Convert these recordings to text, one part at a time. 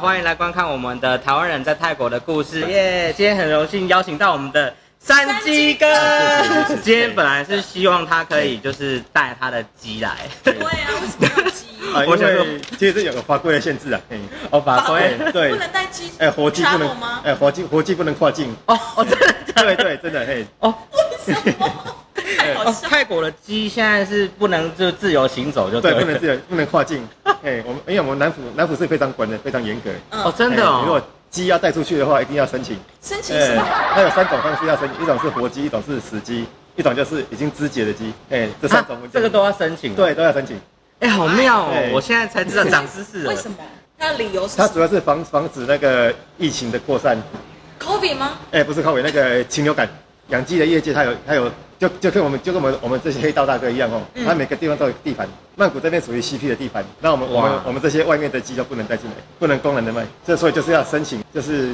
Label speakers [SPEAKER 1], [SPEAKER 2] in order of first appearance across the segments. [SPEAKER 1] 欢迎来观看我们的台湾人在泰国的故事
[SPEAKER 2] 嗯
[SPEAKER 1] 耶今天很荣幸邀请到我们的山鸡哥
[SPEAKER 2] 山啊鸡哥是是是，
[SPEAKER 1] 今天本来是希望他可以就是带他的鸡来，
[SPEAKER 2] 对
[SPEAKER 3] 对啊，为什么要鸡？
[SPEAKER 2] 啊，因
[SPEAKER 1] 我想说
[SPEAKER 2] 为其实这有个法规的限制啊，哎、
[SPEAKER 1] 哦， 法
[SPEAKER 2] 哎
[SPEAKER 1] 规
[SPEAKER 2] 对
[SPEAKER 3] 不能带鸡。
[SPEAKER 2] 哎，活鸡不
[SPEAKER 3] travel
[SPEAKER 2] 能
[SPEAKER 3] 吗，？
[SPEAKER 2] 哎，活鸡活鸡不能跨境，
[SPEAKER 1] 哦哦，真的假
[SPEAKER 2] 对
[SPEAKER 1] 的
[SPEAKER 2] 对，真的，嘿，
[SPEAKER 1] 哦
[SPEAKER 3] 为什么？哎太好
[SPEAKER 1] 哦，
[SPEAKER 3] 笑了。
[SPEAKER 1] 泰国的鸡现在是不能就自由行走就
[SPEAKER 2] 对，
[SPEAKER 1] 了
[SPEAKER 2] 不能自由，不能跨境，哎，我们因为我们南府南府是非常管的，非常严格，
[SPEAKER 1] 哦，
[SPEAKER 3] 嗯，
[SPEAKER 1] 真的
[SPEAKER 2] 哎如果
[SPEAKER 1] 哦，
[SPEAKER 2] 鸡要带出去的话，一定要申请，
[SPEAKER 3] 申请什
[SPEAKER 2] 哎
[SPEAKER 3] 么？，
[SPEAKER 2] 它有三种方式要申请，一种是活鸡，一种是死鸡，一种就是已经肢解的鸡，哎，这三种
[SPEAKER 1] 啊这个都要申请，，
[SPEAKER 2] 对都要申请，
[SPEAKER 1] 哎，好妙哦
[SPEAKER 2] 哎，
[SPEAKER 1] 我现在才知道长知识了，
[SPEAKER 3] 为什么？那理由是
[SPEAKER 2] 它主要是防防止那个疫情的扩散，
[SPEAKER 3] COVID 吗？
[SPEAKER 2] 哎、不是靠尾那个禽流感，养鸡的业界它有它有，就就跟我们就跟我们我们这些黑道大哥一样哦，它每个地方都有地盘。曼谷这边属于 CP 的地盘，那我们我们
[SPEAKER 1] 哇
[SPEAKER 2] 我们这些外面的鸡就不能带进来，不能公然的卖，这所以就是要申请，就是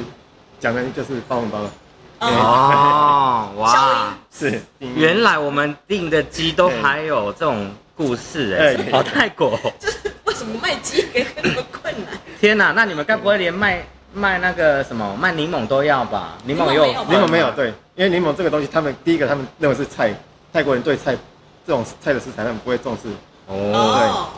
[SPEAKER 2] 讲的就是包红包了，
[SPEAKER 3] 嗯，
[SPEAKER 1] 哦，哇。
[SPEAKER 2] 是嗯
[SPEAKER 1] 原来我们订的鸡都还有这种故事哎、
[SPEAKER 2] 哎
[SPEAKER 1] 好泰国！
[SPEAKER 3] 就是为什么卖鸡给那么困难？
[SPEAKER 1] 天哪、那你们该不会连卖卖那个什么卖柠檬都要吧？柠檬也
[SPEAKER 3] 柠檬
[SPEAKER 1] 有
[SPEAKER 3] 没
[SPEAKER 2] 柠
[SPEAKER 3] 有
[SPEAKER 2] 檬没有对，因为柠檬这个东西，他们第一个他们认为是菜，泰国人对菜这种菜的食材他们不会重视，
[SPEAKER 1] 哦。
[SPEAKER 3] 哦，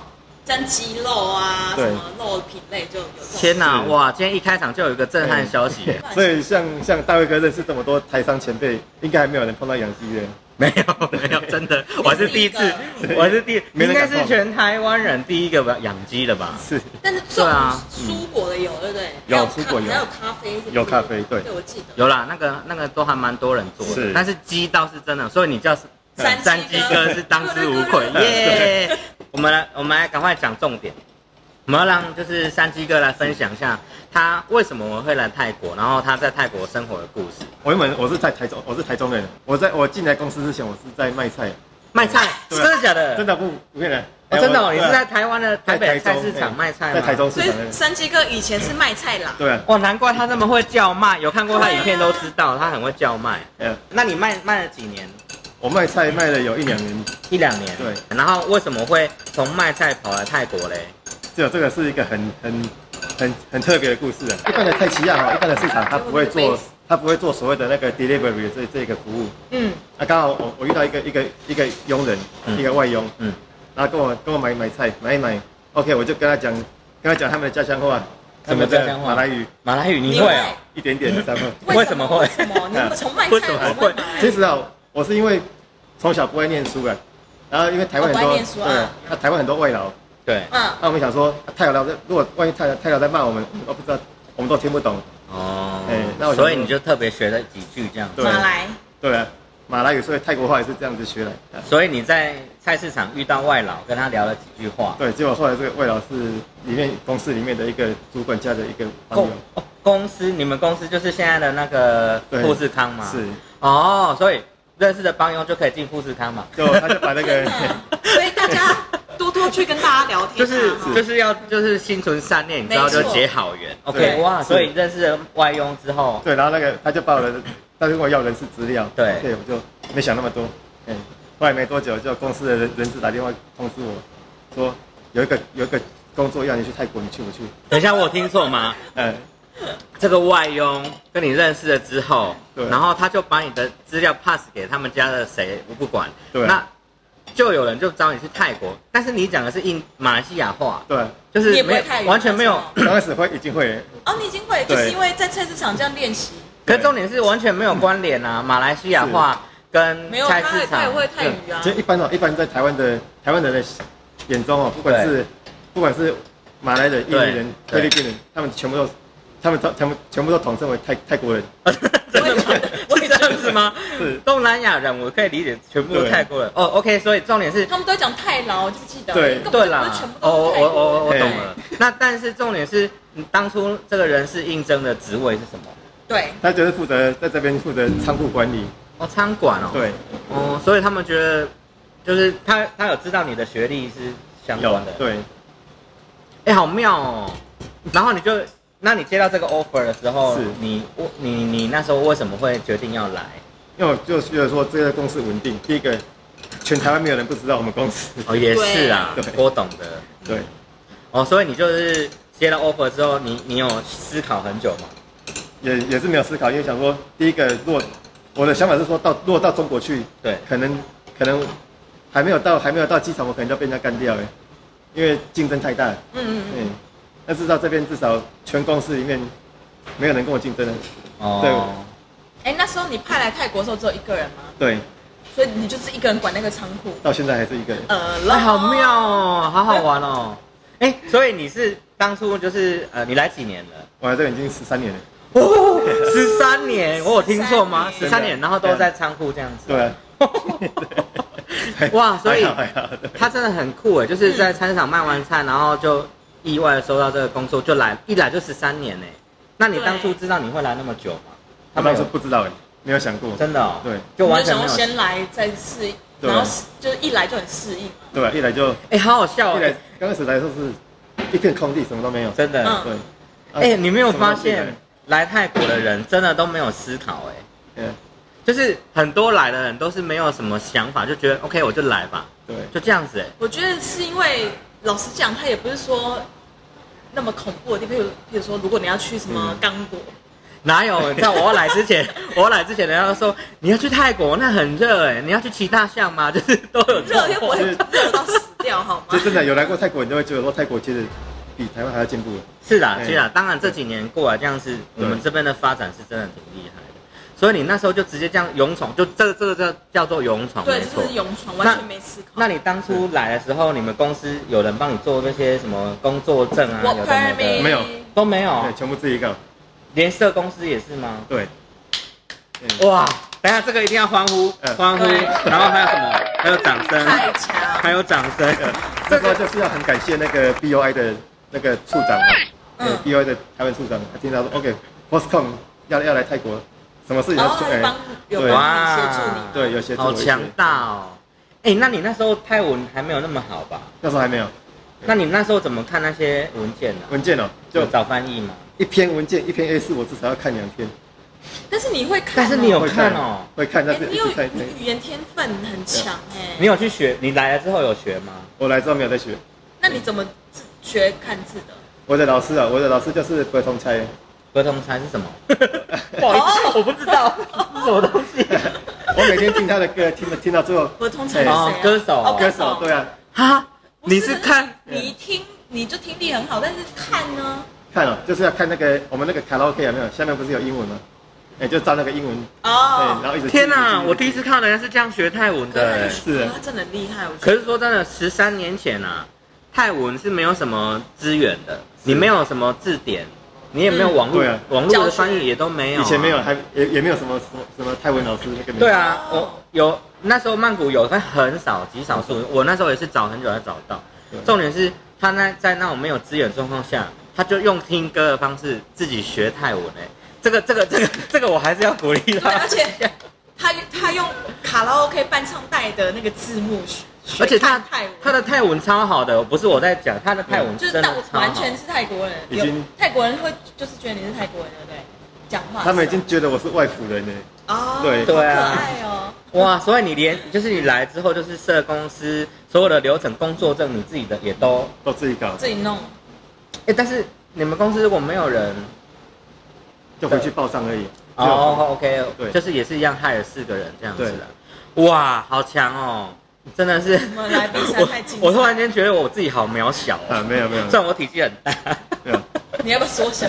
[SPEAKER 3] 像鸡肉啊，
[SPEAKER 2] 对
[SPEAKER 3] 什么肉品类就有这种。
[SPEAKER 1] 天哪、
[SPEAKER 2] 是
[SPEAKER 1] 哇！今天一开场就有一个震撼消息、哎
[SPEAKER 2] 所以像像大卫哥认识这么多台商前辈，应该还没有人碰到养鸡的。
[SPEAKER 1] 没有没有，真的，我还是第一次
[SPEAKER 3] 你
[SPEAKER 2] 是，一个
[SPEAKER 1] 我还 是第，
[SPEAKER 2] 没
[SPEAKER 1] 应
[SPEAKER 2] 人
[SPEAKER 1] 该
[SPEAKER 2] 敢碰
[SPEAKER 1] 是全台湾人第一个吧养鸡的吧？
[SPEAKER 2] 是
[SPEAKER 3] 但是种
[SPEAKER 1] 对啊
[SPEAKER 3] 蔬果的有，对不对？
[SPEAKER 2] 有
[SPEAKER 3] 还咖
[SPEAKER 2] 蔬果有
[SPEAKER 3] 还有咖啡是不是，
[SPEAKER 2] 有咖啡对
[SPEAKER 3] 对我记得。
[SPEAKER 1] 有啦，那个那个都还蛮多人做的
[SPEAKER 2] 是，
[SPEAKER 1] 但是鸡倒是真的，所以你叫
[SPEAKER 3] 山鸡
[SPEAKER 1] 山鸡哥是当之无愧
[SPEAKER 3] 对
[SPEAKER 1] 耶我们来，我们来赶快讲重点，我们要让就是山鸡哥来分享一下他为什么会来泰国，然后他在泰国生活的故事。
[SPEAKER 2] 我原本我是在台中，我是台中人。我在我进来公司之前，我是在卖菜，
[SPEAKER 1] 卖菜，
[SPEAKER 2] 对
[SPEAKER 1] 真
[SPEAKER 2] 啊
[SPEAKER 1] 的假的？
[SPEAKER 2] 真
[SPEAKER 1] 的，
[SPEAKER 2] 的不不骗人。哎
[SPEAKER 1] 真的哦，
[SPEAKER 2] 我
[SPEAKER 1] 你
[SPEAKER 2] 对啊
[SPEAKER 1] 是在台湾的台北
[SPEAKER 2] 在
[SPEAKER 1] 菜
[SPEAKER 2] 台中
[SPEAKER 1] 市场
[SPEAKER 2] 哎
[SPEAKER 1] 卖菜吗？
[SPEAKER 2] 在台中市
[SPEAKER 3] 所
[SPEAKER 2] 场那边
[SPEAKER 3] 以山鸡哥以前是卖菜郎，
[SPEAKER 2] 对啊，
[SPEAKER 1] 哇，难怪他这么会叫卖，有看过他影片都知道他很会叫卖。
[SPEAKER 2] 嗯，
[SPEAKER 1] 那你卖卖了几年？
[SPEAKER 2] 我卖菜卖了有一两年，
[SPEAKER 1] 一两年。
[SPEAKER 2] 对。
[SPEAKER 1] 然后为什么会从卖菜跑来泰国嘞？
[SPEAKER 2] 这这个是一个很很很很特别的故事啊。一般的菜奇亚哈，一般的市场它不会做，它不会做所谓的那个 delivery 这这个服务。
[SPEAKER 3] 嗯，
[SPEAKER 2] 啊，刚好我我遇到一个一个一个佣人，
[SPEAKER 1] 嗯
[SPEAKER 2] 一个外佣，
[SPEAKER 1] 嗯
[SPEAKER 2] 嗯，然后跟我跟我买买菜买一买，OK，我就跟他讲跟他讲他们的家乡话，
[SPEAKER 1] 什么
[SPEAKER 2] 他们的
[SPEAKER 1] 家乡话
[SPEAKER 2] 马来语
[SPEAKER 1] 马来语你
[SPEAKER 3] 你
[SPEAKER 1] 会
[SPEAKER 3] 会
[SPEAKER 1] 哦？
[SPEAKER 2] 一点点的，他们。
[SPEAKER 1] 为什么会
[SPEAKER 3] 为什么？你们从卖菜郎
[SPEAKER 1] 为什么会
[SPEAKER 3] 到马来
[SPEAKER 2] 其实啊，我是因为从小不爱念书啊，然后因为台湾很
[SPEAKER 3] 哦不
[SPEAKER 2] 多
[SPEAKER 3] 爱念书啊
[SPEAKER 2] 对，那台湾很多外劳，
[SPEAKER 1] 对，
[SPEAKER 3] 嗯，
[SPEAKER 2] 那我们想说啊泰劳在，如果万一泰泰劳在骂我们，我不知道，我们都听不懂，
[SPEAKER 1] 哦，
[SPEAKER 2] 哎那我想
[SPEAKER 1] 所以你就特别学了几句这样。
[SPEAKER 2] 对
[SPEAKER 3] 马来
[SPEAKER 2] 对啊，马来语所以泰国话也是这样子学来的、啊，
[SPEAKER 1] 所以你在菜市场遇到外劳，跟他聊了几句话，
[SPEAKER 2] 对，结果后来这个外劳是里面公司里面的一个主管家的一个朋
[SPEAKER 1] 公
[SPEAKER 2] 友，
[SPEAKER 1] 哦公司你们公司就是现在的那个
[SPEAKER 2] 对
[SPEAKER 1] 富士康嘛？
[SPEAKER 2] 是，
[SPEAKER 1] 哦，所以认识的帮佣就可以进富士康嘛？
[SPEAKER 2] 就他就把那个
[SPEAKER 3] 真的，所以大家多多去跟大家聊天啊，
[SPEAKER 1] 就是
[SPEAKER 3] 哈
[SPEAKER 1] 就是要就是心存善念，你知道
[SPEAKER 3] 没
[SPEAKER 1] 就
[SPEAKER 3] 错
[SPEAKER 1] 结好缘。OK，
[SPEAKER 2] 对
[SPEAKER 1] 哇，
[SPEAKER 2] 是
[SPEAKER 1] 所以认识了外佣之后，
[SPEAKER 2] 对，然后那个他就把我的，他就跟我要人事资料，
[SPEAKER 1] 对
[SPEAKER 2] 对，我就没想那么多，嗯，后来没多久就公司的人人事打电话通知我，说有一个有一个工作要你去泰国，你去不去？
[SPEAKER 1] 等一下我有听错吗？
[SPEAKER 2] 嗯，
[SPEAKER 1] 这个外佣跟你认识了之后，
[SPEAKER 2] 对
[SPEAKER 1] 然后他就把你的资料 pass 给他们家的谁，我不管。
[SPEAKER 2] 对
[SPEAKER 1] 那就有人就找你去泰国，但是你讲的是印马来西亚话，
[SPEAKER 2] 对，
[SPEAKER 1] 就是
[SPEAKER 3] 你也不
[SPEAKER 1] 没
[SPEAKER 3] 会
[SPEAKER 1] 有
[SPEAKER 3] 泰语
[SPEAKER 1] 完全没有
[SPEAKER 3] 那时，候
[SPEAKER 2] 刚开始会已经会，
[SPEAKER 3] 哦，你已经会，就
[SPEAKER 2] 对
[SPEAKER 3] 是因为在菜市场这样练习，
[SPEAKER 1] 可是重点是完全没有关联啊，马来西亚话跟
[SPEAKER 3] 没有
[SPEAKER 1] 菜
[SPEAKER 3] 他
[SPEAKER 1] 市
[SPEAKER 3] 也他也
[SPEAKER 1] 场。
[SPEAKER 3] 会泰语啊
[SPEAKER 2] 其，实一般哦，一般在台湾的台湾人的眼中哦，不管是不管是马来人、印尼人、
[SPEAKER 1] 对对
[SPEAKER 2] 菲律宾人，他们全部都。他们都他们全部都统称为泰泰国人，
[SPEAKER 1] 真的吗
[SPEAKER 3] 我也觉得？我
[SPEAKER 1] 是
[SPEAKER 3] 也觉得
[SPEAKER 1] 这样子吗？
[SPEAKER 2] 是
[SPEAKER 1] 东南亚人我可以理解，全部都
[SPEAKER 2] 对
[SPEAKER 1] 泰国人。哦，OK，所以重点是
[SPEAKER 3] 他们都讲泰劳，我记不记得？
[SPEAKER 2] 对
[SPEAKER 3] 根本
[SPEAKER 1] 对
[SPEAKER 3] 就不
[SPEAKER 1] 啦
[SPEAKER 3] 是全部，
[SPEAKER 1] 哦，
[SPEAKER 3] 都
[SPEAKER 1] 我
[SPEAKER 3] 是泰
[SPEAKER 1] 我
[SPEAKER 3] 国人
[SPEAKER 1] 我我懂
[SPEAKER 2] 对
[SPEAKER 1] 了。那但是重点是，你当初这个人事应征的职位是什么？
[SPEAKER 3] 对，
[SPEAKER 2] 他就是负责在这边负责仓库管理，
[SPEAKER 1] 哦，餐馆哦。。
[SPEAKER 2] 对，
[SPEAKER 1] 哦，所以他们觉得，就是他他有知道你的学历是相
[SPEAKER 2] 有
[SPEAKER 1] 关的。。
[SPEAKER 2] 对，
[SPEAKER 1] 哎，好妙哦。然后你就，那你接到这个 offer 的时候
[SPEAKER 2] 是，
[SPEAKER 1] 你我你你那时候为什么会决定要来？
[SPEAKER 2] 因为我就觉得说这个公司稳定，第一个全台湾没有人不知道我们公司，
[SPEAKER 1] 哦，也是啊
[SPEAKER 2] 对，对
[SPEAKER 1] 我懂的。
[SPEAKER 2] 对，
[SPEAKER 1] 哦，所以你就是接到 offer 之后，你你有思考很久吗？
[SPEAKER 2] 也也是没有思考，因为想说，第一个，如果我的想法是说到，如果到中国去，
[SPEAKER 1] 对，
[SPEAKER 2] 可能可能还没有到还没有到机场，我可能就被人家干掉了，因为竞争太大了。
[SPEAKER 3] 嗯嗯
[SPEAKER 2] 嗯，但是到这边至少全公司里面没有人跟我竞争的。
[SPEAKER 1] 哦，
[SPEAKER 3] 哎、那时候你派来泰国的时候只有一个人吗？
[SPEAKER 2] 对，
[SPEAKER 3] 所以你就是一个人管那个仓库？
[SPEAKER 2] 到现在还是一个人。
[SPEAKER 3] 呃，
[SPEAKER 1] 哎，好妙哦，好好玩哦。哎，所以你是当初就是呃，你来几年了？
[SPEAKER 2] 我来这边已经十三年了。
[SPEAKER 1] 哦，十三年，我有听错吗？十
[SPEAKER 2] 13
[SPEAKER 1] 三
[SPEAKER 2] 年
[SPEAKER 1] 年，然后都在仓库这样子。哎
[SPEAKER 2] 对 啊，
[SPEAKER 1] 哇，所以
[SPEAKER 2] 还好还好对
[SPEAKER 1] 他真的很酷哎，就是在菜市场卖完菜，然后就意外的收到这个工作，就来一来就十三年哎。那你当初知道你会来那么久吗？
[SPEAKER 2] 他
[SPEAKER 1] 们
[SPEAKER 2] 当初不知道哎，没有想过。
[SPEAKER 1] 真的哦，
[SPEAKER 2] 对，
[SPEAKER 1] 就
[SPEAKER 3] 你
[SPEAKER 1] 完
[SPEAKER 3] 就
[SPEAKER 1] 全没
[SPEAKER 3] 想要
[SPEAKER 1] 有。
[SPEAKER 3] 先来再适应，
[SPEAKER 2] 对啊
[SPEAKER 3] 然后就是一来就很适应。
[SPEAKER 2] 对啊，一来就
[SPEAKER 1] 哎，好好笑
[SPEAKER 2] 一来
[SPEAKER 1] 哦，
[SPEAKER 2] 刚开始来的时候是一片空地，什么都没有。
[SPEAKER 1] 真的。
[SPEAKER 3] 嗯
[SPEAKER 2] 对。啊
[SPEAKER 1] 哎，你没有发？
[SPEAKER 2] 什么都没
[SPEAKER 1] 现
[SPEAKER 2] 有
[SPEAKER 1] 来泰国的人真的都没有思考哎，
[SPEAKER 2] 嗯，
[SPEAKER 1] 就是很多来的人都是没有什么想法，就觉得 OK 我就来吧，
[SPEAKER 2] 对。
[SPEAKER 1] 就这样子哎。
[SPEAKER 3] 我觉得是因为老实讲，他也不是说那么恐怖的地方，譬如譬如说，如果你要去什
[SPEAKER 2] 嗯
[SPEAKER 3] 么刚果，
[SPEAKER 1] 哪有？你知道我要来之前，我要来之前，人家都说你要去泰国，那很热哎，你要去骑大象吗？ 就是都有这种
[SPEAKER 3] 热又 不会
[SPEAKER 2] 是
[SPEAKER 3] 热到死掉，好
[SPEAKER 2] 就
[SPEAKER 3] 吗？
[SPEAKER 2] 真的有来过泰国，你就会觉得说泰国其实比台湾还要进步。
[SPEAKER 1] 是啦，
[SPEAKER 2] 嗯
[SPEAKER 1] 是啦，当然这几年过来这样是，我
[SPEAKER 2] 对
[SPEAKER 1] 们这边的发展是真的挺厉害的。所以你那时候就直接这样勇闯，就这个这个这个叫做勇闯，
[SPEAKER 3] 对，
[SPEAKER 1] 没
[SPEAKER 3] 就
[SPEAKER 1] 错
[SPEAKER 3] 是。勇闯，完全没思考。
[SPEAKER 1] 那你当初来的时候，你们公司有人帮你做那些什么工作证啊，有
[SPEAKER 3] Work
[SPEAKER 1] 的没
[SPEAKER 3] permit
[SPEAKER 1] 的
[SPEAKER 2] 没有
[SPEAKER 1] 都没有，
[SPEAKER 2] 对，全部自己搞。
[SPEAKER 1] 连社公司也是吗？
[SPEAKER 2] 对。嗯
[SPEAKER 1] 哇！等一下这个一定要欢呼，
[SPEAKER 2] 嗯
[SPEAKER 1] 欢呼，
[SPEAKER 3] 对
[SPEAKER 1] 然后还有什么？还有掌声，
[SPEAKER 3] 太强，
[SPEAKER 1] 还有掌声。
[SPEAKER 2] 这个就是要很感谢那个 BOI 的那个处长，嗯
[SPEAKER 3] 嗯
[SPEAKER 2] ，BOI 的台湾处长，他听到说 OK，Foxconn 要要来泰国，什么事情
[SPEAKER 3] 然
[SPEAKER 2] 要哎
[SPEAKER 3] 后
[SPEAKER 1] 哦
[SPEAKER 2] 做
[SPEAKER 3] 他
[SPEAKER 1] 哎
[SPEAKER 3] 帮有
[SPEAKER 2] 对
[SPEAKER 3] 帮你协助啊
[SPEAKER 1] 啊
[SPEAKER 3] 你，
[SPEAKER 2] 对，有些
[SPEAKER 1] 好强大哦！哎、那你那时候泰文还没有那么好吧？
[SPEAKER 2] 那时候还没有
[SPEAKER 1] 那你那时候怎么看那些文件呢、
[SPEAKER 2] 文件哦，
[SPEAKER 1] 就
[SPEAKER 2] 嗯就
[SPEAKER 1] 找翻译吗？
[SPEAKER 2] 一篇文件一篇 A 4我至少要看两天，
[SPEAKER 3] 但是你会看哦，
[SPEAKER 1] 但是你有看哦
[SPEAKER 2] 会看，但
[SPEAKER 3] 哎
[SPEAKER 2] 是
[SPEAKER 3] 你
[SPEAKER 2] 一
[SPEAKER 3] 有
[SPEAKER 2] 直看一直
[SPEAKER 3] 你
[SPEAKER 2] 看。
[SPEAKER 3] 语言天分很强哎，
[SPEAKER 1] 你有去学？你来了之后有学 吗？
[SPEAKER 2] 我来之后没有再学，
[SPEAKER 3] 哎那你怎么自学看字的？
[SPEAKER 2] 我的老师啊，我的老师就是葛同差，
[SPEAKER 1] 合同差是 什么？不好意思，我不知 道是什么东西。
[SPEAKER 2] 我每天听他的歌， 听听到最后，
[SPEAKER 3] 我通常是谁
[SPEAKER 1] 哦
[SPEAKER 3] 啊？
[SPEAKER 1] 歌手
[SPEAKER 3] 哦
[SPEAKER 2] 歌手对啊，
[SPEAKER 1] 哈，
[SPEAKER 3] 不
[SPEAKER 1] 你是看？
[SPEAKER 3] 你一听你就听力很好，但是看呢？
[SPEAKER 2] 看哦，就是要看那个我们那个卡拉 OK 有没有，下面不是有英文吗？哎，就照那个英文，对，然
[SPEAKER 3] 哦，
[SPEAKER 2] 后一直
[SPEAKER 1] 天哪、
[SPEAKER 2] 哪，
[SPEAKER 1] 我第一次看到人家是这样学泰文的、
[SPEAKER 3] 可
[SPEAKER 1] 哎
[SPEAKER 3] 是
[SPEAKER 2] 是
[SPEAKER 3] 他真的很厉害，我觉
[SPEAKER 1] 可
[SPEAKER 3] 得。
[SPEAKER 1] 是说真的，十三年前啊，泰文是没有什么资源的，你没有什么字典，你也没有网络，
[SPEAKER 2] 嗯对啊
[SPEAKER 1] 网络
[SPEAKER 3] 教
[SPEAKER 1] 的
[SPEAKER 3] 学
[SPEAKER 1] 翻译也都没有、啊
[SPEAKER 2] 以前没有，。还也也没有什么什么什么泰文老师那个
[SPEAKER 1] 哦
[SPEAKER 2] 名字
[SPEAKER 1] 对，啊，
[SPEAKER 3] 哦
[SPEAKER 1] 我有那时候曼谷有，但很少，极少数。我那时候也是找很久才找到。
[SPEAKER 2] 对
[SPEAKER 1] 重点是他那在那种没有资源状况下，他就用听歌的方式自己学泰文、欸。这个这个这个这个我还是要鼓励他
[SPEAKER 3] 对，。而 且他他用卡拉 OK 伴唱带的那个字幕学，
[SPEAKER 1] 而且
[SPEAKER 3] 学
[SPEAKER 1] 他
[SPEAKER 3] 看泰文嗯
[SPEAKER 1] 他的泰文超好的，不是我在讲，他的泰文
[SPEAKER 3] 就
[SPEAKER 1] 真
[SPEAKER 3] 是
[SPEAKER 1] 的
[SPEAKER 3] 但
[SPEAKER 1] 超
[SPEAKER 3] 我
[SPEAKER 1] 好。
[SPEAKER 3] 完全是泰国人，
[SPEAKER 2] 已
[SPEAKER 3] 有
[SPEAKER 2] 经
[SPEAKER 3] 泰国人会就是觉得你是泰国人，对不对？讲话
[SPEAKER 2] 他们已经觉得我是外府人呢。
[SPEAKER 3] 哦，
[SPEAKER 2] 对
[SPEAKER 3] 好可
[SPEAKER 1] 对啊
[SPEAKER 3] 爱哦，
[SPEAKER 1] 哇，所以你连就是你来之后，就是社公司所有的流程、工作证，你自己的也都。
[SPEAKER 2] 都自己搞，
[SPEAKER 3] 自己弄
[SPEAKER 1] 哎、但是你们公司如果没有人，
[SPEAKER 2] 就回去报账而已。只有
[SPEAKER 1] 哦，OK，
[SPEAKER 2] 对
[SPEAKER 1] 就是也是一样害了四个人这样子的。哇，好强哦！真的是，
[SPEAKER 3] 我们来比赛太精 彩
[SPEAKER 1] 我我突然间觉得我自己好渺小
[SPEAKER 2] 啊，
[SPEAKER 1] 哦，
[SPEAKER 2] 没有没有
[SPEAKER 1] 虽然我体积很大，
[SPEAKER 2] 没有，
[SPEAKER 3] 你要不要缩小？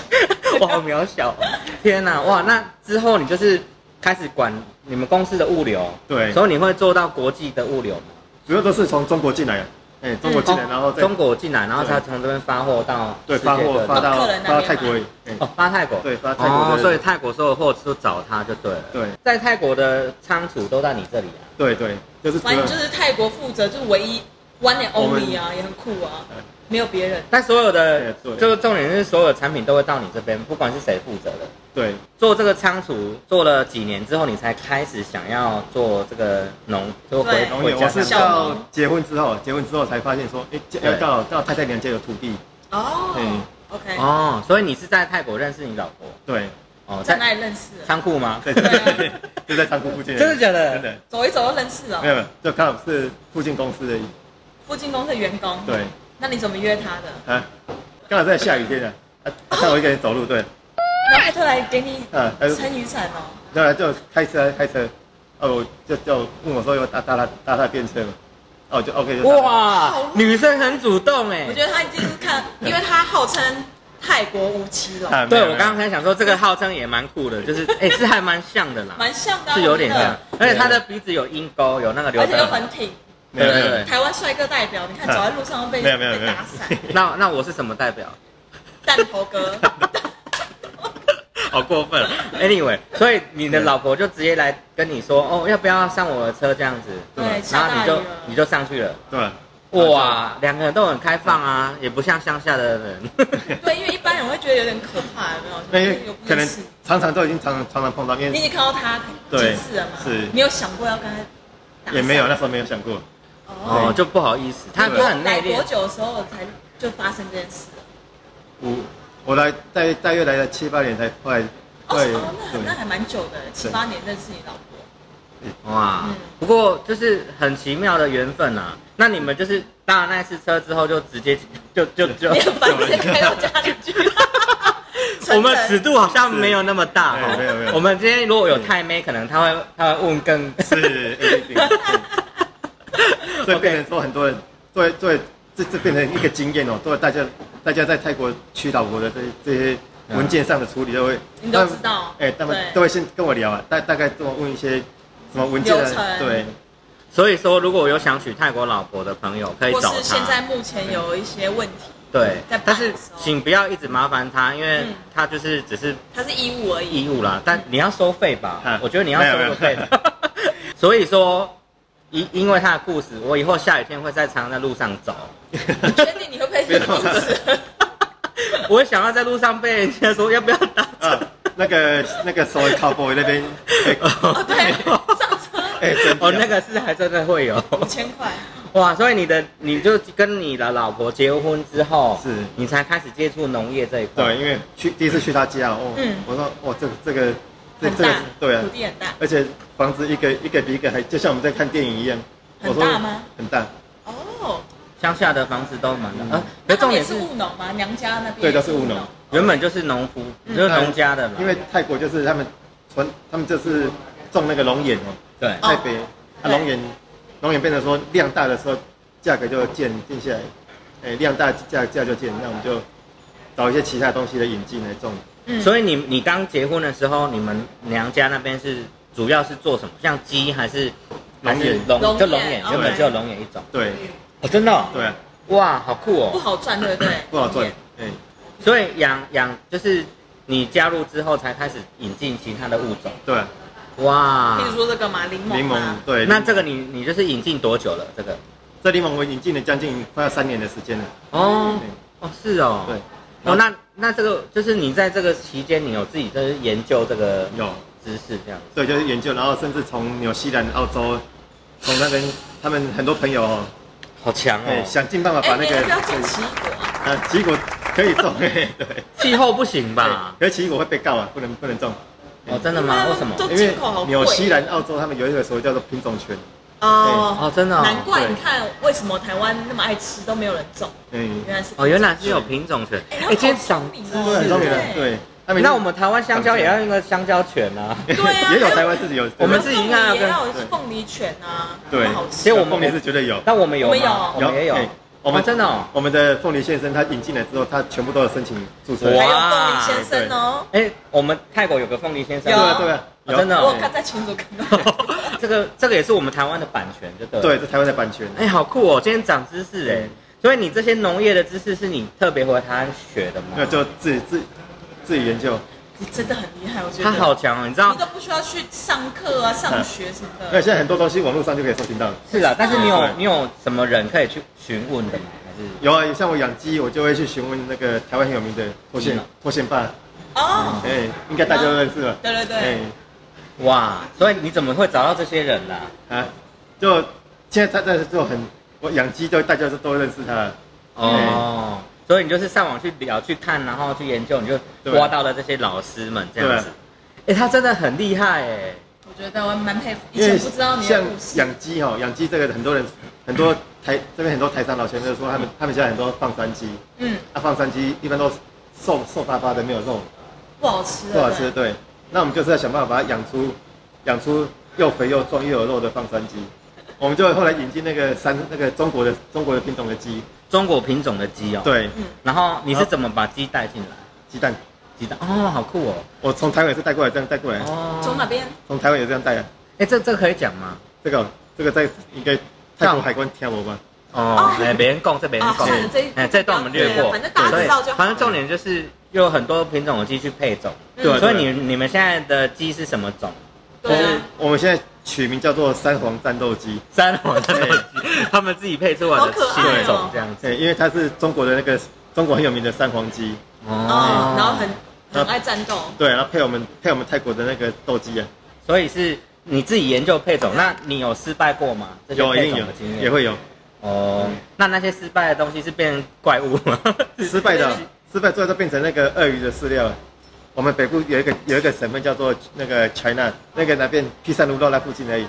[SPEAKER 1] 我好渺小哦。天哪，哇！那之后你就是开始管你们公司的物流，
[SPEAKER 2] 对
[SPEAKER 1] 所以你会做到国际的物流吗？哦
[SPEAKER 2] 主要都是从中国进来的，哎，中国进来然后
[SPEAKER 1] 嗯
[SPEAKER 2] 再
[SPEAKER 1] 中国进来，然后才从这边发货到
[SPEAKER 2] 对发
[SPEAKER 1] 世界各
[SPEAKER 2] 货
[SPEAKER 1] 地
[SPEAKER 2] 发到
[SPEAKER 3] 客
[SPEAKER 2] 发
[SPEAKER 3] 人那边
[SPEAKER 2] 到泰国而已，哎，
[SPEAKER 1] 哦，发泰国
[SPEAKER 2] 对发泰国
[SPEAKER 1] 哦，
[SPEAKER 2] 的
[SPEAKER 1] 所以泰国所有货都找他就对了。
[SPEAKER 2] 哎对，
[SPEAKER 1] 在泰国的仓储都在你这里啊。
[SPEAKER 2] 对对，就是主
[SPEAKER 3] 反正
[SPEAKER 2] 要
[SPEAKER 3] 就是泰国负责，就是唯一 one and
[SPEAKER 2] 我们
[SPEAKER 3] only 啊，也很酷啊
[SPEAKER 2] 嗯，
[SPEAKER 3] 没有别人。
[SPEAKER 1] 但所有的
[SPEAKER 2] 对对
[SPEAKER 1] 就是重点是所有产品都会到你这边，不管是谁负责的。
[SPEAKER 2] 对
[SPEAKER 1] 做这个仓储做了几年之后，你才开始想要做这个农，就回
[SPEAKER 3] 对
[SPEAKER 2] 农
[SPEAKER 1] 回
[SPEAKER 2] 业。
[SPEAKER 1] 家乡
[SPEAKER 2] 我是
[SPEAKER 3] 小
[SPEAKER 1] 做
[SPEAKER 2] 到
[SPEAKER 3] 农
[SPEAKER 2] 结婚之后，结婚之后才发现说，哎，这
[SPEAKER 1] 对
[SPEAKER 2] 要到到太太娘家有土地，
[SPEAKER 3] 哦
[SPEAKER 2] 嗯
[SPEAKER 3] ，OK，
[SPEAKER 1] 哦，所以你是在泰国认识你老婆
[SPEAKER 2] 对
[SPEAKER 1] 哦，
[SPEAKER 3] 在
[SPEAKER 1] 在
[SPEAKER 3] 那里认识的，
[SPEAKER 1] 仓库吗？
[SPEAKER 2] 对
[SPEAKER 3] 对
[SPEAKER 2] 对， 就在仓库附近而已，
[SPEAKER 1] 真的假的
[SPEAKER 2] 真的
[SPEAKER 3] 走一走就认识
[SPEAKER 2] 没
[SPEAKER 3] 了，
[SPEAKER 2] 有没有，就刚好是附近公司而已，
[SPEAKER 3] 附近公司的员工。
[SPEAKER 2] 对，
[SPEAKER 3] 那你怎么约他的？
[SPEAKER 2] 啊，刚好在下雨天啊，啊看我一个人走路，对，
[SPEAKER 3] 然后他突然给你
[SPEAKER 2] 啊，他就
[SPEAKER 3] 撑雨伞哦，
[SPEAKER 2] 然后就开车开车，哦、我就就问我说有搭搭他搭他便车吗？哦，我就 OK 就搭
[SPEAKER 1] 哇，女生很主动哎、
[SPEAKER 3] 我觉得他一定是看，因为他号称泰国无七龙，
[SPEAKER 2] 啊没
[SPEAKER 1] 对
[SPEAKER 2] 有
[SPEAKER 1] 我
[SPEAKER 2] 没有
[SPEAKER 1] 刚才想说，这个号称也蛮酷的， 就是哎、是还蛮像的啦，
[SPEAKER 3] 蛮像的啊，
[SPEAKER 1] 是有点
[SPEAKER 3] 真的
[SPEAKER 1] 像，而且他的鼻子有鹰钩，有那个刘
[SPEAKER 3] 而且又
[SPEAKER 1] 德华。
[SPEAKER 3] 很挺。
[SPEAKER 2] 没有没有没
[SPEAKER 1] 对
[SPEAKER 2] 有
[SPEAKER 3] 台湾帅哥代表，你看走在路上都被
[SPEAKER 2] 啊没有没有
[SPEAKER 3] 被
[SPEAKER 2] 没有
[SPEAKER 3] 打 散，
[SPEAKER 1] 那那我是什么代表？
[SPEAKER 3] 弹头哥，
[SPEAKER 1] 好过分！Anyway，所
[SPEAKER 2] 啊
[SPEAKER 1] 以你的老婆就直接来跟你说，哦，要不要上我的车这样子？嗯
[SPEAKER 3] 对，
[SPEAKER 1] 然
[SPEAKER 3] 下
[SPEAKER 1] 后
[SPEAKER 3] 大
[SPEAKER 1] 你
[SPEAKER 3] 雨
[SPEAKER 1] 就
[SPEAKER 3] 了，
[SPEAKER 1] 你就上去了。
[SPEAKER 2] 对吧？
[SPEAKER 1] 哇，两个人都很开放啊，也不像乡下的人。
[SPEAKER 3] 对，因为一般人会觉得有点可怕，有没有？
[SPEAKER 2] 那因为
[SPEAKER 3] 有不
[SPEAKER 2] 哎可能
[SPEAKER 3] 认识
[SPEAKER 2] 常常都已经常常常常碰到，因
[SPEAKER 3] 你
[SPEAKER 2] 为
[SPEAKER 3] 已经看到他几
[SPEAKER 2] 对
[SPEAKER 3] 次了嘛？
[SPEAKER 2] 是
[SPEAKER 3] 你有想过要跟他打
[SPEAKER 2] 也没有
[SPEAKER 3] 散
[SPEAKER 2] 那时候没有想过，
[SPEAKER 1] 哦，
[SPEAKER 3] 哦。
[SPEAKER 1] 就不好意思，他
[SPEAKER 2] 对
[SPEAKER 1] 他很内
[SPEAKER 3] 来多
[SPEAKER 1] 敛。
[SPEAKER 3] 久的时候才就发生这件事了？
[SPEAKER 2] 我我来大约大约来了七八年才后来，
[SPEAKER 3] 哦，
[SPEAKER 2] 后来
[SPEAKER 3] 哦那很那还蛮久的，七
[SPEAKER 2] 对
[SPEAKER 3] 八年认识你 老婆，
[SPEAKER 1] 哇
[SPEAKER 3] 嗯，
[SPEAKER 1] 不过就是很奇妙的缘分啊。那你们就是搭了那次车之后，就直接就就就，
[SPEAKER 3] 你很烦直接开到家 里去。
[SPEAKER 1] 我们尺度好像没有那么大哦
[SPEAKER 2] 是哎没有没有
[SPEAKER 1] 我们今天如果有太妹，可能他会他会问更
[SPEAKER 2] 对 是 everything，所以变成说很多人作为作为这这变成一个经验哦，作为大家大家在泰国娶老婆的这这些文件上的处理都会，
[SPEAKER 3] 你都知道
[SPEAKER 2] 哎，他们
[SPEAKER 3] 对
[SPEAKER 2] 都会先跟我聊啊，大大概跟我问一些什么文件
[SPEAKER 3] 流程
[SPEAKER 2] 啊，对，
[SPEAKER 1] 所以说，如果有想娶泰国老婆的朋友，可以
[SPEAKER 3] 或
[SPEAKER 1] 找他。
[SPEAKER 3] 是现在目前有一些问题，
[SPEAKER 1] 对
[SPEAKER 3] 在，办
[SPEAKER 1] 但
[SPEAKER 3] 的时
[SPEAKER 1] 是
[SPEAKER 3] 候
[SPEAKER 1] 请不要一直麻烦他，因为
[SPEAKER 3] 嗯
[SPEAKER 1] 他就是只是
[SPEAKER 3] 他是义务而已。
[SPEAKER 1] 义务啦。但你要收费吧？
[SPEAKER 2] 嗯
[SPEAKER 1] 我觉得你要收个费
[SPEAKER 2] 没有。
[SPEAKER 1] 所以说，因因为他的故事，我以后下雨天会在常常在路上 走。
[SPEAKER 3] 你确定你会不会
[SPEAKER 2] 别动
[SPEAKER 3] 因 此
[SPEAKER 1] 我想要在路上被人家说要不要打
[SPEAKER 2] 啊，那个那个所谓 cowboy 那边，哎
[SPEAKER 1] 哦
[SPEAKER 3] 哦， 对，上车
[SPEAKER 2] 哎，真的
[SPEAKER 1] 哦，那个是还真的会 有
[SPEAKER 3] 五千块，
[SPEAKER 1] 哇！所以你的你就跟你的老婆结婚之后，
[SPEAKER 2] 是
[SPEAKER 1] 你才开始接触农业这一块。
[SPEAKER 2] 对，因为去第一次去他家哦，
[SPEAKER 3] 嗯
[SPEAKER 2] 我说哦，这个这个这
[SPEAKER 3] 很
[SPEAKER 2] 这个
[SPEAKER 3] 大
[SPEAKER 2] 是，对啊
[SPEAKER 3] 土，地很大，
[SPEAKER 2] 而且房子一个一个比一个还，就像我们在看电影一样。
[SPEAKER 3] 很
[SPEAKER 2] 我说
[SPEAKER 3] 大吗？
[SPEAKER 2] 很大，
[SPEAKER 3] 哦，
[SPEAKER 1] 乡下的房子都蛮
[SPEAKER 2] 嗯
[SPEAKER 1] 大，呃，可
[SPEAKER 3] 那
[SPEAKER 1] 是
[SPEAKER 3] 他
[SPEAKER 1] 重
[SPEAKER 3] 们也
[SPEAKER 1] 点
[SPEAKER 3] 是
[SPEAKER 1] 是
[SPEAKER 3] 务农吗？娘家那边
[SPEAKER 2] 对
[SPEAKER 3] 也
[SPEAKER 2] 都是务农
[SPEAKER 1] 原本就是农夫，
[SPEAKER 3] 嗯
[SPEAKER 1] 就是农家的嘛。
[SPEAKER 2] 因为泰国就是他们传，他们就是种那个龙眼哦，
[SPEAKER 1] 对
[SPEAKER 2] 泰北啊
[SPEAKER 3] 对
[SPEAKER 2] 龙眼，龙眼变成说量大的时候价格就降降下来，哎量大价价就降，那我们就找一些其他东西的引进来种。
[SPEAKER 3] 嗯，
[SPEAKER 1] 所以你你刚结婚的时候，你们娘家那边是主要是做什么？像鸡还是还是
[SPEAKER 2] 龙
[SPEAKER 1] 龙
[SPEAKER 3] 龙眼
[SPEAKER 1] 就龙眼，
[SPEAKER 3] 哦
[SPEAKER 1] 原本
[SPEAKER 2] 对
[SPEAKER 1] 只有龙眼一种。
[SPEAKER 2] 对
[SPEAKER 1] 哦，真的、
[SPEAKER 2] 对啊，
[SPEAKER 1] 哇，好酷
[SPEAKER 3] 不
[SPEAKER 1] 哦！
[SPEAKER 3] 好赚，对不对？
[SPEAKER 2] 不好赚，哎
[SPEAKER 1] 所以养养就是你加入之后才开始引进其他的物种。
[SPEAKER 2] 对啊，
[SPEAKER 1] 哇
[SPEAKER 3] 譬，如说这个嘛，柠檬，啊哎
[SPEAKER 2] 柠檬对，
[SPEAKER 1] 那这个你你就是引进多久了？这个
[SPEAKER 2] 这柠檬我引进了将近快要三年的时间了。
[SPEAKER 1] 哦
[SPEAKER 2] 对
[SPEAKER 1] 哦是哦，
[SPEAKER 2] 对，
[SPEAKER 1] 哦那那这个就是你在这个期间，你有自己就是研究这个
[SPEAKER 2] 有
[SPEAKER 1] 知识这样子。
[SPEAKER 2] 对，就是研究，然后甚至从纽西兰、澳洲，从那边他们很多朋友哦，
[SPEAKER 1] 好强
[SPEAKER 2] 哎、
[SPEAKER 1] 哦！
[SPEAKER 2] 想尽办法把
[SPEAKER 3] 哎，
[SPEAKER 2] 那
[SPEAKER 3] 你
[SPEAKER 2] 个
[SPEAKER 3] 要不要做奇异果啊？
[SPEAKER 2] 啊，奇异果可以种，哎， 对，
[SPEAKER 1] 气候不行吧？
[SPEAKER 2] 可是奇异果会被告啊，不能不能种，
[SPEAKER 1] 哦，真的吗？为什么？
[SPEAKER 3] 都
[SPEAKER 2] 因
[SPEAKER 3] 进
[SPEAKER 2] 为
[SPEAKER 3] 口好贵
[SPEAKER 2] 纽西兰、澳洲他们有一个所谓叫做品种权，
[SPEAKER 1] 哦
[SPEAKER 3] 哦，，
[SPEAKER 1] 真的、哦。
[SPEAKER 3] 难怪
[SPEAKER 2] 对
[SPEAKER 3] 你看为什么台湾那么爱吃都没有人种，
[SPEAKER 2] 嗯，
[SPEAKER 3] 原来是
[SPEAKER 1] 哦，原来是有品种权。
[SPEAKER 3] 哎
[SPEAKER 1] 哎、
[SPEAKER 3] 他
[SPEAKER 1] 今天
[SPEAKER 3] 好
[SPEAKER 1] 长
[SPEAKER 3] 聪明
[SPEAKER 1] 知
[SPEAKER 3] 哦
[SPEAKER 2] 很
[SPEAKER 1] 识
[SPEAKER 2] 聪明
[SPEAKER 1] 了。
[SPEAKER 2] 的，
[SPEAKER 3] 对
[SPEAKER 2] 对，他们
[SPEAKER 1] 那我们台湾香蕉也要用个香蕉犬啊。
[SPEAKER 3] 对啊
[SPEAKER 2] 也有台湾自己有，
[SPEAKER 1] 我们自己应该要
[SPEAKER 3] 也
[SPEAKER 1] 跟
[SPEAKER 3] 要有
[SPEAKER 2] 对
[SPEAKER 3] 凤梨犬啊，
[SPEAKER 2] 对
[SPEAKER 3] 那么好，吃
[SPEAKER 1] 其实我们
[SPEAKER 2] 凤梨是绝对有，
[SPEAKER 1] 那我们有吗？
[SPEAKER 3] 我
[SPEAKER 1] 我们也有。
[SPEAKER 2] 哎我们
[SPEAKER 1] 哦真的哦
[SPEAKER 2] 我们的凤梨先生他引进来之后，他全部都有申请注册，
[SPEAKER 3] 还
[SPEAKER 1] 哇
[SPEAKER 2] 对
[SPEAKER 3] 有凤梨先生哦，
[SPEAKER 1] 哎、我们泰国有个凤梨先生。
[SPEAKER 3] 有
[SPEAKER 2] 啊对啊，
[SPEAKER 1] 哦
[SPEAKER 2] 有
[SPEAKER 1] 真的哦
[SPEAKER 3] 我有看在群组看到，
[SPEAKER 1] 这个这个也是我们台湾的版权，就对。。
[SPEAKER 2] 对，这台湾的版权，
[SPEAKER 1] 哎、好酷哦！今天长知识哎、
[SPEAKER 2] 嗯
[SPEAKER 1] 所以你这些农业的知识是你特别回台湾学的吗？
[SPEAKER 2] 那就自己自己自己研究。
[SPEAKER 3] 你真的很厉害，我觉得
[SPEAKER 1] 他好强哦，你知道
[SPEAKER 3] 你都不需要去上课啊、上学什么
[SPEAKER 2] 那
[SPEAKER 3] 的。
[SPEAKER 2] 现在很多东西网络上就可以搜寻到了。
[SPEAKER 1] 是啊，但是你有
[SPEAKER 2] 对
[SPEAKER 1] 你有什么人可以去询问的吗？还是
[SPEAKER 2] 有啊，像我养鸡，我就会去询问那个台湾很有名的脱
[SPEAKER 1] 鸡
[SPEAKER 2] 线
[SPEAKER 1] 嘛
[SPEAKER 2] 脱线爸，
[SPEAKER 3] 哦，
[SPEAKER 2] 哎、应该大家都认识
[SPEAKER 1] 啊
[SPEAKER 2] 吧？
[SPEAKER 3] 对对对
[SPEAKER 2] 哎，、
[SPEAKER 1] 哇，所以你怎么会找到这些人啦、
[SPEAKER 2] 啊，就现在他在做很，我养鸡就大家都都认识他了。
[SPEAKER 1] 哦，所以你就是上网去聊、去看，然后去研究，你就
[SPEAKER 2] 对
[SPEAKER 1] 挖到了这些老师们这样子。哎、他真的很厉害哎、
[SPEAKER 3] 我觉得我蛮佩服，以
[SPEAKER 2] 因为
[SPEAKER 3] 前不知道你
[SPEAKER 2] 像
[SPEAKER 3] 的故事。
[SPEAKER 2] 养鸡哈、养鸡这个很多人很多台这边很多台商老前辈说，他 们他们现在很多放山鸡，
[SPEAKER 3] 嗯，
[SPEAKER 2] 啊，放山鸡一般都瘦瘦巴巴的，没有肉，
[SPEAKER 3] 不好吃啊，
[SPEAKER 2] 不好吃。
[SPEAKER 3] 对
[SPEAKER 2] 对，那我们就是要想办法把它养出养出又肥又壮又有肉的放山鸡。我们就后来引进那个山那个中国的中国的品种的鸡，
[SPEAKER 1] 中国品种的鸡哦。。
[SPEAKER 2] 对，
[SPEAKER 1] 然后你是怎么把鸡带进来？
[SPEAKER 2] 鸡蛋。
[SPEAKER 1] 鸡蛋哦，好酷哦。
[SPEAKER 2] 我从台湾是带过来，这样带过来，
[SPEAKER 1] 哦。
[SPEAKER 3] 从哪？边？
[SPEAKER 2] 从台湾也这样带啊。
[SPEAKER 1] 哎，这这可以讲吗？
[SPEAKER 2] 这个这个在应该泰国海关听我吧？
[SPEAKER 1] 哦，哎，别人供，这别人供
[SPEAKER 3] 啊算了这一，
[SPEAKER 1] 哎，这段我们略过，
[SPEAKER 3] 对反正大家知道就好
[SPEAKER 1] 反正重点就是有很多品种的鸡去配种，
[SPEAKER 3] 嗯对啊
[SPEAKER 1] 所以你你们现在的鸡是什么种？
[SPEAKER 3] 对
[SPEAKER 2] 我们
[SPEAKER 3] 啊，
[SPEAKER 2] 我们现在取名叫做三黄战斗鸡，
[SPEAKER 1] 三黄的鸡， 他们自己配出来的
[SPEAKER 3] 好可爱哦
[SPEAKER 1] 新种这样子。
[SPEAKER 2] 对，因为它是中国的那个中国很有名的三黄鸡，
[SPEAKER 3] 哦，然后很很
[SPEAKER 2] 那
[SPEAKER 3] 爱战斗，
[SPEAKER 2] 对，然后配我们配我们泰国的那个斗鸡啊，
[SPEAKER 1] 所以是你自己研究配种，那你有失败过吗？这些
[SPEAKER 2] 有一
[SPEAKER 1] 配
[SPEAKER 2] 定
[SPEAKER 1] 种
[SPEAKER 2] 有
[SPEAKER 1] 的经，验
[SPEAKER 2] 也会有
[SPEAKER 1] 哦。那那些失败的东西是变成怪物吗？
[SPEAKER 2] 失 败的，失败最后都变成那个鳄鱼的饲料了。我们北部有一个有一个省份叫做那个 China，那个那边披山卢肉那附近而已，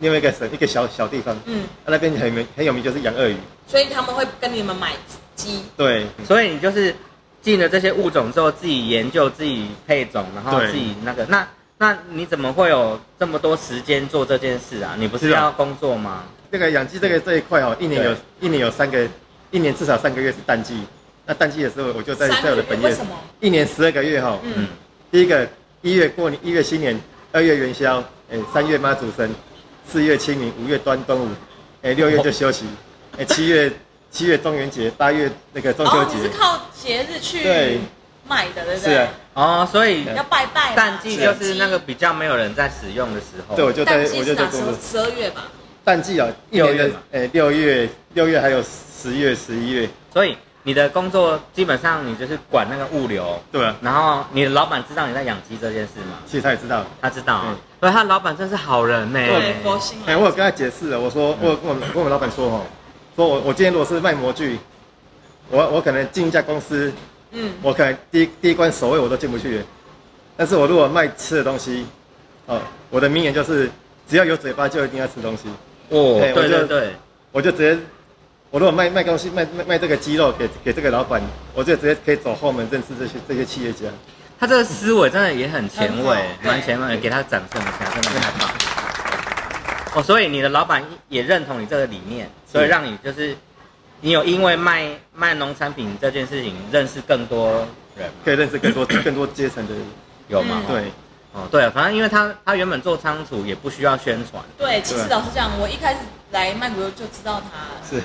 [SPEAKER 2] 另外一个省一个小小地方，
[SPEAKER 3] 嗯，
[SPEAKER 2] 啊那边很有名很有名就是养鳄鱼，
[SPEAKER 3] 所以他们会跟你们买鸡，
[SPEAKER 2] 对，
[SPEAKER 1] 所以你就是进了这些物种之后，自己研究、自己配种，然后
[SPEAKER 2] 对
[SPEAKER 1] 自己那个那。那你怎么会有这么多时间做这件事啊？你不是
[SPEAKER 2] 是啊
[SPEAKER 1] 要工作吗？
[SPEAKER 2] 这个养鸡这个这一块哦，一年有一年有三个，一年至少三个月是淡季。那淡季的时候，我就在
[SPEAKER 3] 三
[SPEAKER 2] 在我的
[SPEAKER 3] 个月
[SPEAKER 2] 本
[SPEAKER 3] 为
[SPEAKER 2] 业
[SPEAKER 3] 什，么？
[SPEAKER 2] 一年十二个月哦哈、
[SPEAKER 3] 嗯，
[SPEAKER 2] 第一个一月过年，一月新年，二月元宵，哎，三月妈祖生，四月清明，五月端端午，哎，六月就休息，哎，七月七月中元节，八月那嗯个中秋
[SPEAKER 3] 哦，你
[SPEAKER 2] 节
[SPEAKER 3] 是，靠节日去
[SPEAKER 2] 对
[SPEAKER 3] 卖的，对不
[SPEAKER 2] 是
[SPEAKER 3] 对
[SPEAKER 2] 啊？
[SPEAKER 1] 哦，所以
[SPEAKER 3] 要拜拜嘛，
[SPEAKER 1] 淡季就
[SPEAKER 3] 吃
[SPEAKER 1] 是
[SPEAKER 3] 鸡
[SPEAKER 1] 那个比较没有人在使用的时候。
[SPEAKER 2] 对，我就在
[SPEAKER 3] 淡季
[SPEAKER 2] 我
[SPEAKER 3] 是
[SPEAKER 2] 就在
[SPEAKER 3] 哪
[SPEAKER 2] 工
[SPEAKER 3] 时候
[SPEAKER 2] 作？。
[SPEAKER 3] 十二月吧，
[SPEAKER 2] 淡季啊、哦，一
[SPEAKER 1] 六
[SPEAKER 2] 年
[SPEAKER 1] 月
[SPEAKER 2] 的
[SPEAKER 1] 嘛
[SPEAKER 2] 哎六月六月还有十月十一月，
[SPEAKER 1] 所以你的工作基本上你就是管那个物流，
[SPEAKER 2] 对啊，
[SPEAKER 1] 然后你的老板知道你在养鸡这件事吗？
[SPEAKER 2] 其实他也知道。
[SPEAKER 1] 他知道、啊
[SPEAKER 2] 嗯，
[SPEAKER 1] 所以他老板真是好人呢、欸
[SPEAKER 3] 对，佛心
[SPEAKER 2] 哎、
[SPEAKER 3] 来
[SPEAKER 2] 我有跟他解释了，我说，我有跟我们跟我们老板说哦，说我我今天如果是卖模具，我我可能进一家公司，
[SPEAKER 3] 嗯，
[SPEAKER 2] 我可能第一第一关首位我都进不去，但是我如果卖吃的东西，哦，我的名言就是只要有嘴巴就一定要吃东西，
[SPEAKER 1] 哦，
[SPEAKER 2] 哎
[SPEAKER 1] 对
[SPEAKER 2] 我就
[SPEAKER 1] 对对，
[SPEAKER 2] 我就直接，我如果卖卖东西卖卖卖这个鸡肉给给这个老板，我就直接可以走后门认识这些这些企业家，
[SPEAKER 1] 他这个思维真的也很前
[SPEAKER 3] 很
[SPEAKER 1] 卫
[SPEAKER 3] 好，对
[SPEAKER 1] 蛮前卫的，给他掌声一下，真的太棒了。哦，所以你的老板也认同你这个理念，所以让你就是你有因为卖卖农产品这件事情认识更多人，
[SPEAKER 2] 可以认识更多 更多阶层的人，
[SPEAKER 1] 有吗？
[SPEAKER 2] 对，
[SPEAKER 1] 哦，对，反正因为他他原本做仓储也不需要宣传，
[SPEAKER 3] 对，其实
[SPEAKER 2] 对
[SPEAKER 3] 老实讲，我一开始来曼谷就知道他，
[SPEAKER 2] 是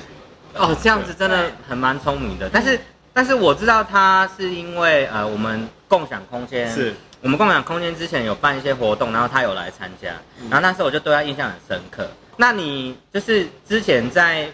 [SPEAKER 1] 哦，这样子真的很蛮聪明的，但是但是我知道他是因为呃我们共享空间
[SPEAKER 2] 是，
[SPEAKER 1] 我们共享空间之前有办一些活动，然后他有来参加，
[SPEAKER 2] 嗯
[SPEAKER 1] 然后那时候我就对他印象很深刻。那你就是之前在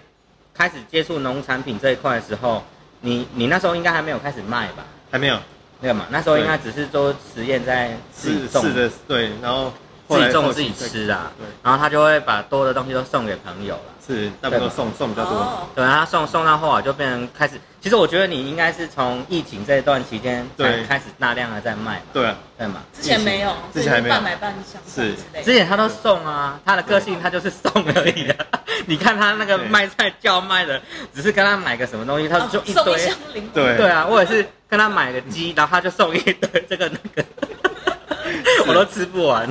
[SPEAKER 1] 开始接触农产品这一块的时候，你你那时候应该还没有开始卖吧？
[SPEAKER 2] 还没有
[SPEAKER 1] 那个嘛，那时候应该只是做实验在自己
[SPEAKER 2] 是
[SPEAKER 1] 种
[SPEAKER 2] 是的对，然后后
[SPEAKER 1] 自
[SPEAKER 2] 来
[SPEAKER 1] 己种
[SPEAKER 2] 后
[SPEAKER 1] 自
[SPEAKER 2] 期
[SPEAKER 1] 己吃啊
[SPEAKER 2] 对，
[SPEAKER 1] 然后他就会把多的东西都送给朋友了。
[SPEAKER 2] 是大部分都送送比较多。
[SPEAKER 3] 哦，
[SPEAKER 1] 对，他送送到后来就变成开始，其实我觉得你应该是从疫情这段期间才
[SPEAKER 2] 对
[SPEAKER 1] 开始大量的在卖嘛，
[SPEAKER 2] 对啊，
[SPEAKER 1] 对吗？
[SPEAKER 3] 之前没有，
[SPEAKER 2] 之前还没有
[SPEAKER 3] 半买半相
[SPEAKER 2] 是
[SPEAKER 3] 之类的
[SPEAKER 1] 之前他都送啊，他的个性他就是送而已的。 你看他那个
[SPEAKER 2] 对
[SPEAKER 1] 卖菜叫卖的，只是跟他买个什么东西，他
[SPEAKER 3] 哦
[SPEAKER 1] 就一
[SPEAKER 3] 送一
[SPEAKER 1] 堆
[SPEAKER 3] 箱。零食
[SPEAKER 2] 对
[SPEAKER 1] 对啊，我也是跟他买个鸡，然后他就送一堆这个那个， 我都吃不完。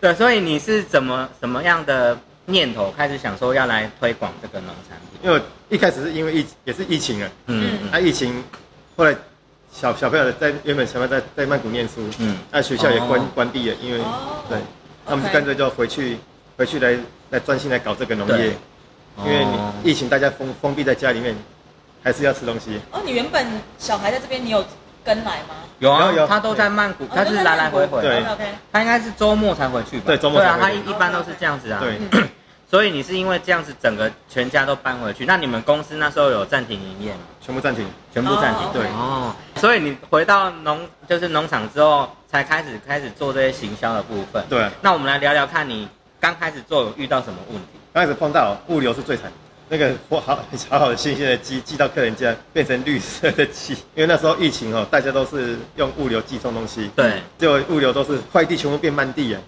[SPEAKER 1] 对，所以你是怎么什么样的念头开始想说要来推广这个农产品？
[SPEAKER 2] 因为我一开始是因为疫也是疫情啊，
[SPEAKER 1] 嗯嗯
[SPEAKER 2] 啊疫情，后来小小朋友在原本小朋友在在曼谷念书，
[SPEAKER 1] 嗯
[SPEAKER 2] 那、学校也关、
[SPEAKER 1] 哦
[SPEAKER 2] 关闭了，因为、
[SPEAKER 3] 哦
[SPEAKER 2] 对
[SPEAKER 3] OK，
[SPEAKER 2] 那我们就干脆就回去回去来来专心来搞这个农
[SPEAKER 1] 对
[SPEAKER 2] 业，啊因为
[SPEAKER 1] 哦
[SPEAKER 2] 你疫情大家封封闭在家里面，还是要吃东西，
[SPEAKER 3] 哦，你原本小孩在这边，你有跟来吗？哦
[SPEAKER 1] 有啊，
[SPEAKER 2] 有有
[SPEAKER 1] 他都在曼谷，他是来来回啊回，
[SPEAKER 2] 对
[SPEAKER 3] o k
[SPEAKER 1] 他应该是周末才回去吧？
[SPEAKER 2] 对周末才
[SPEAKER 1] 对啊，他
[SPEAKER 2] 回去
[SPEAKER 1] 一一般都是这样子啊。
[SPEAKER 2] 对，
[SPEAKER 1] 所以你是因为这样子，整个全家都搬回去。那你们公司那时候有暂停营业吗？
[SPEAKER 2] 全部暂停。
[SPEAKER 1] 全部暂停。
[SPEAKER 3] 哦
[SPEAKER 2] 对
[SPEAKER 1] 哦，所以你回到农就是农场之后，才开始开始做这些行销的部分。
[SPEAKER 2] 对啊
[SPEAKER 1] 那我们来聊聊看你刚开始做有遇到什么问题？
[SPEAKER 2] 刚开始碰到物流是最惨，那个货好好好的新鲜的鸡寄到客人家变成绿色的鸡，因为那时候疫情哦，大家都是用物流寄送东西，
[SPEAKER 1] 对，
[SPEAKER 2] 就物流都是快递全部变慢递啊，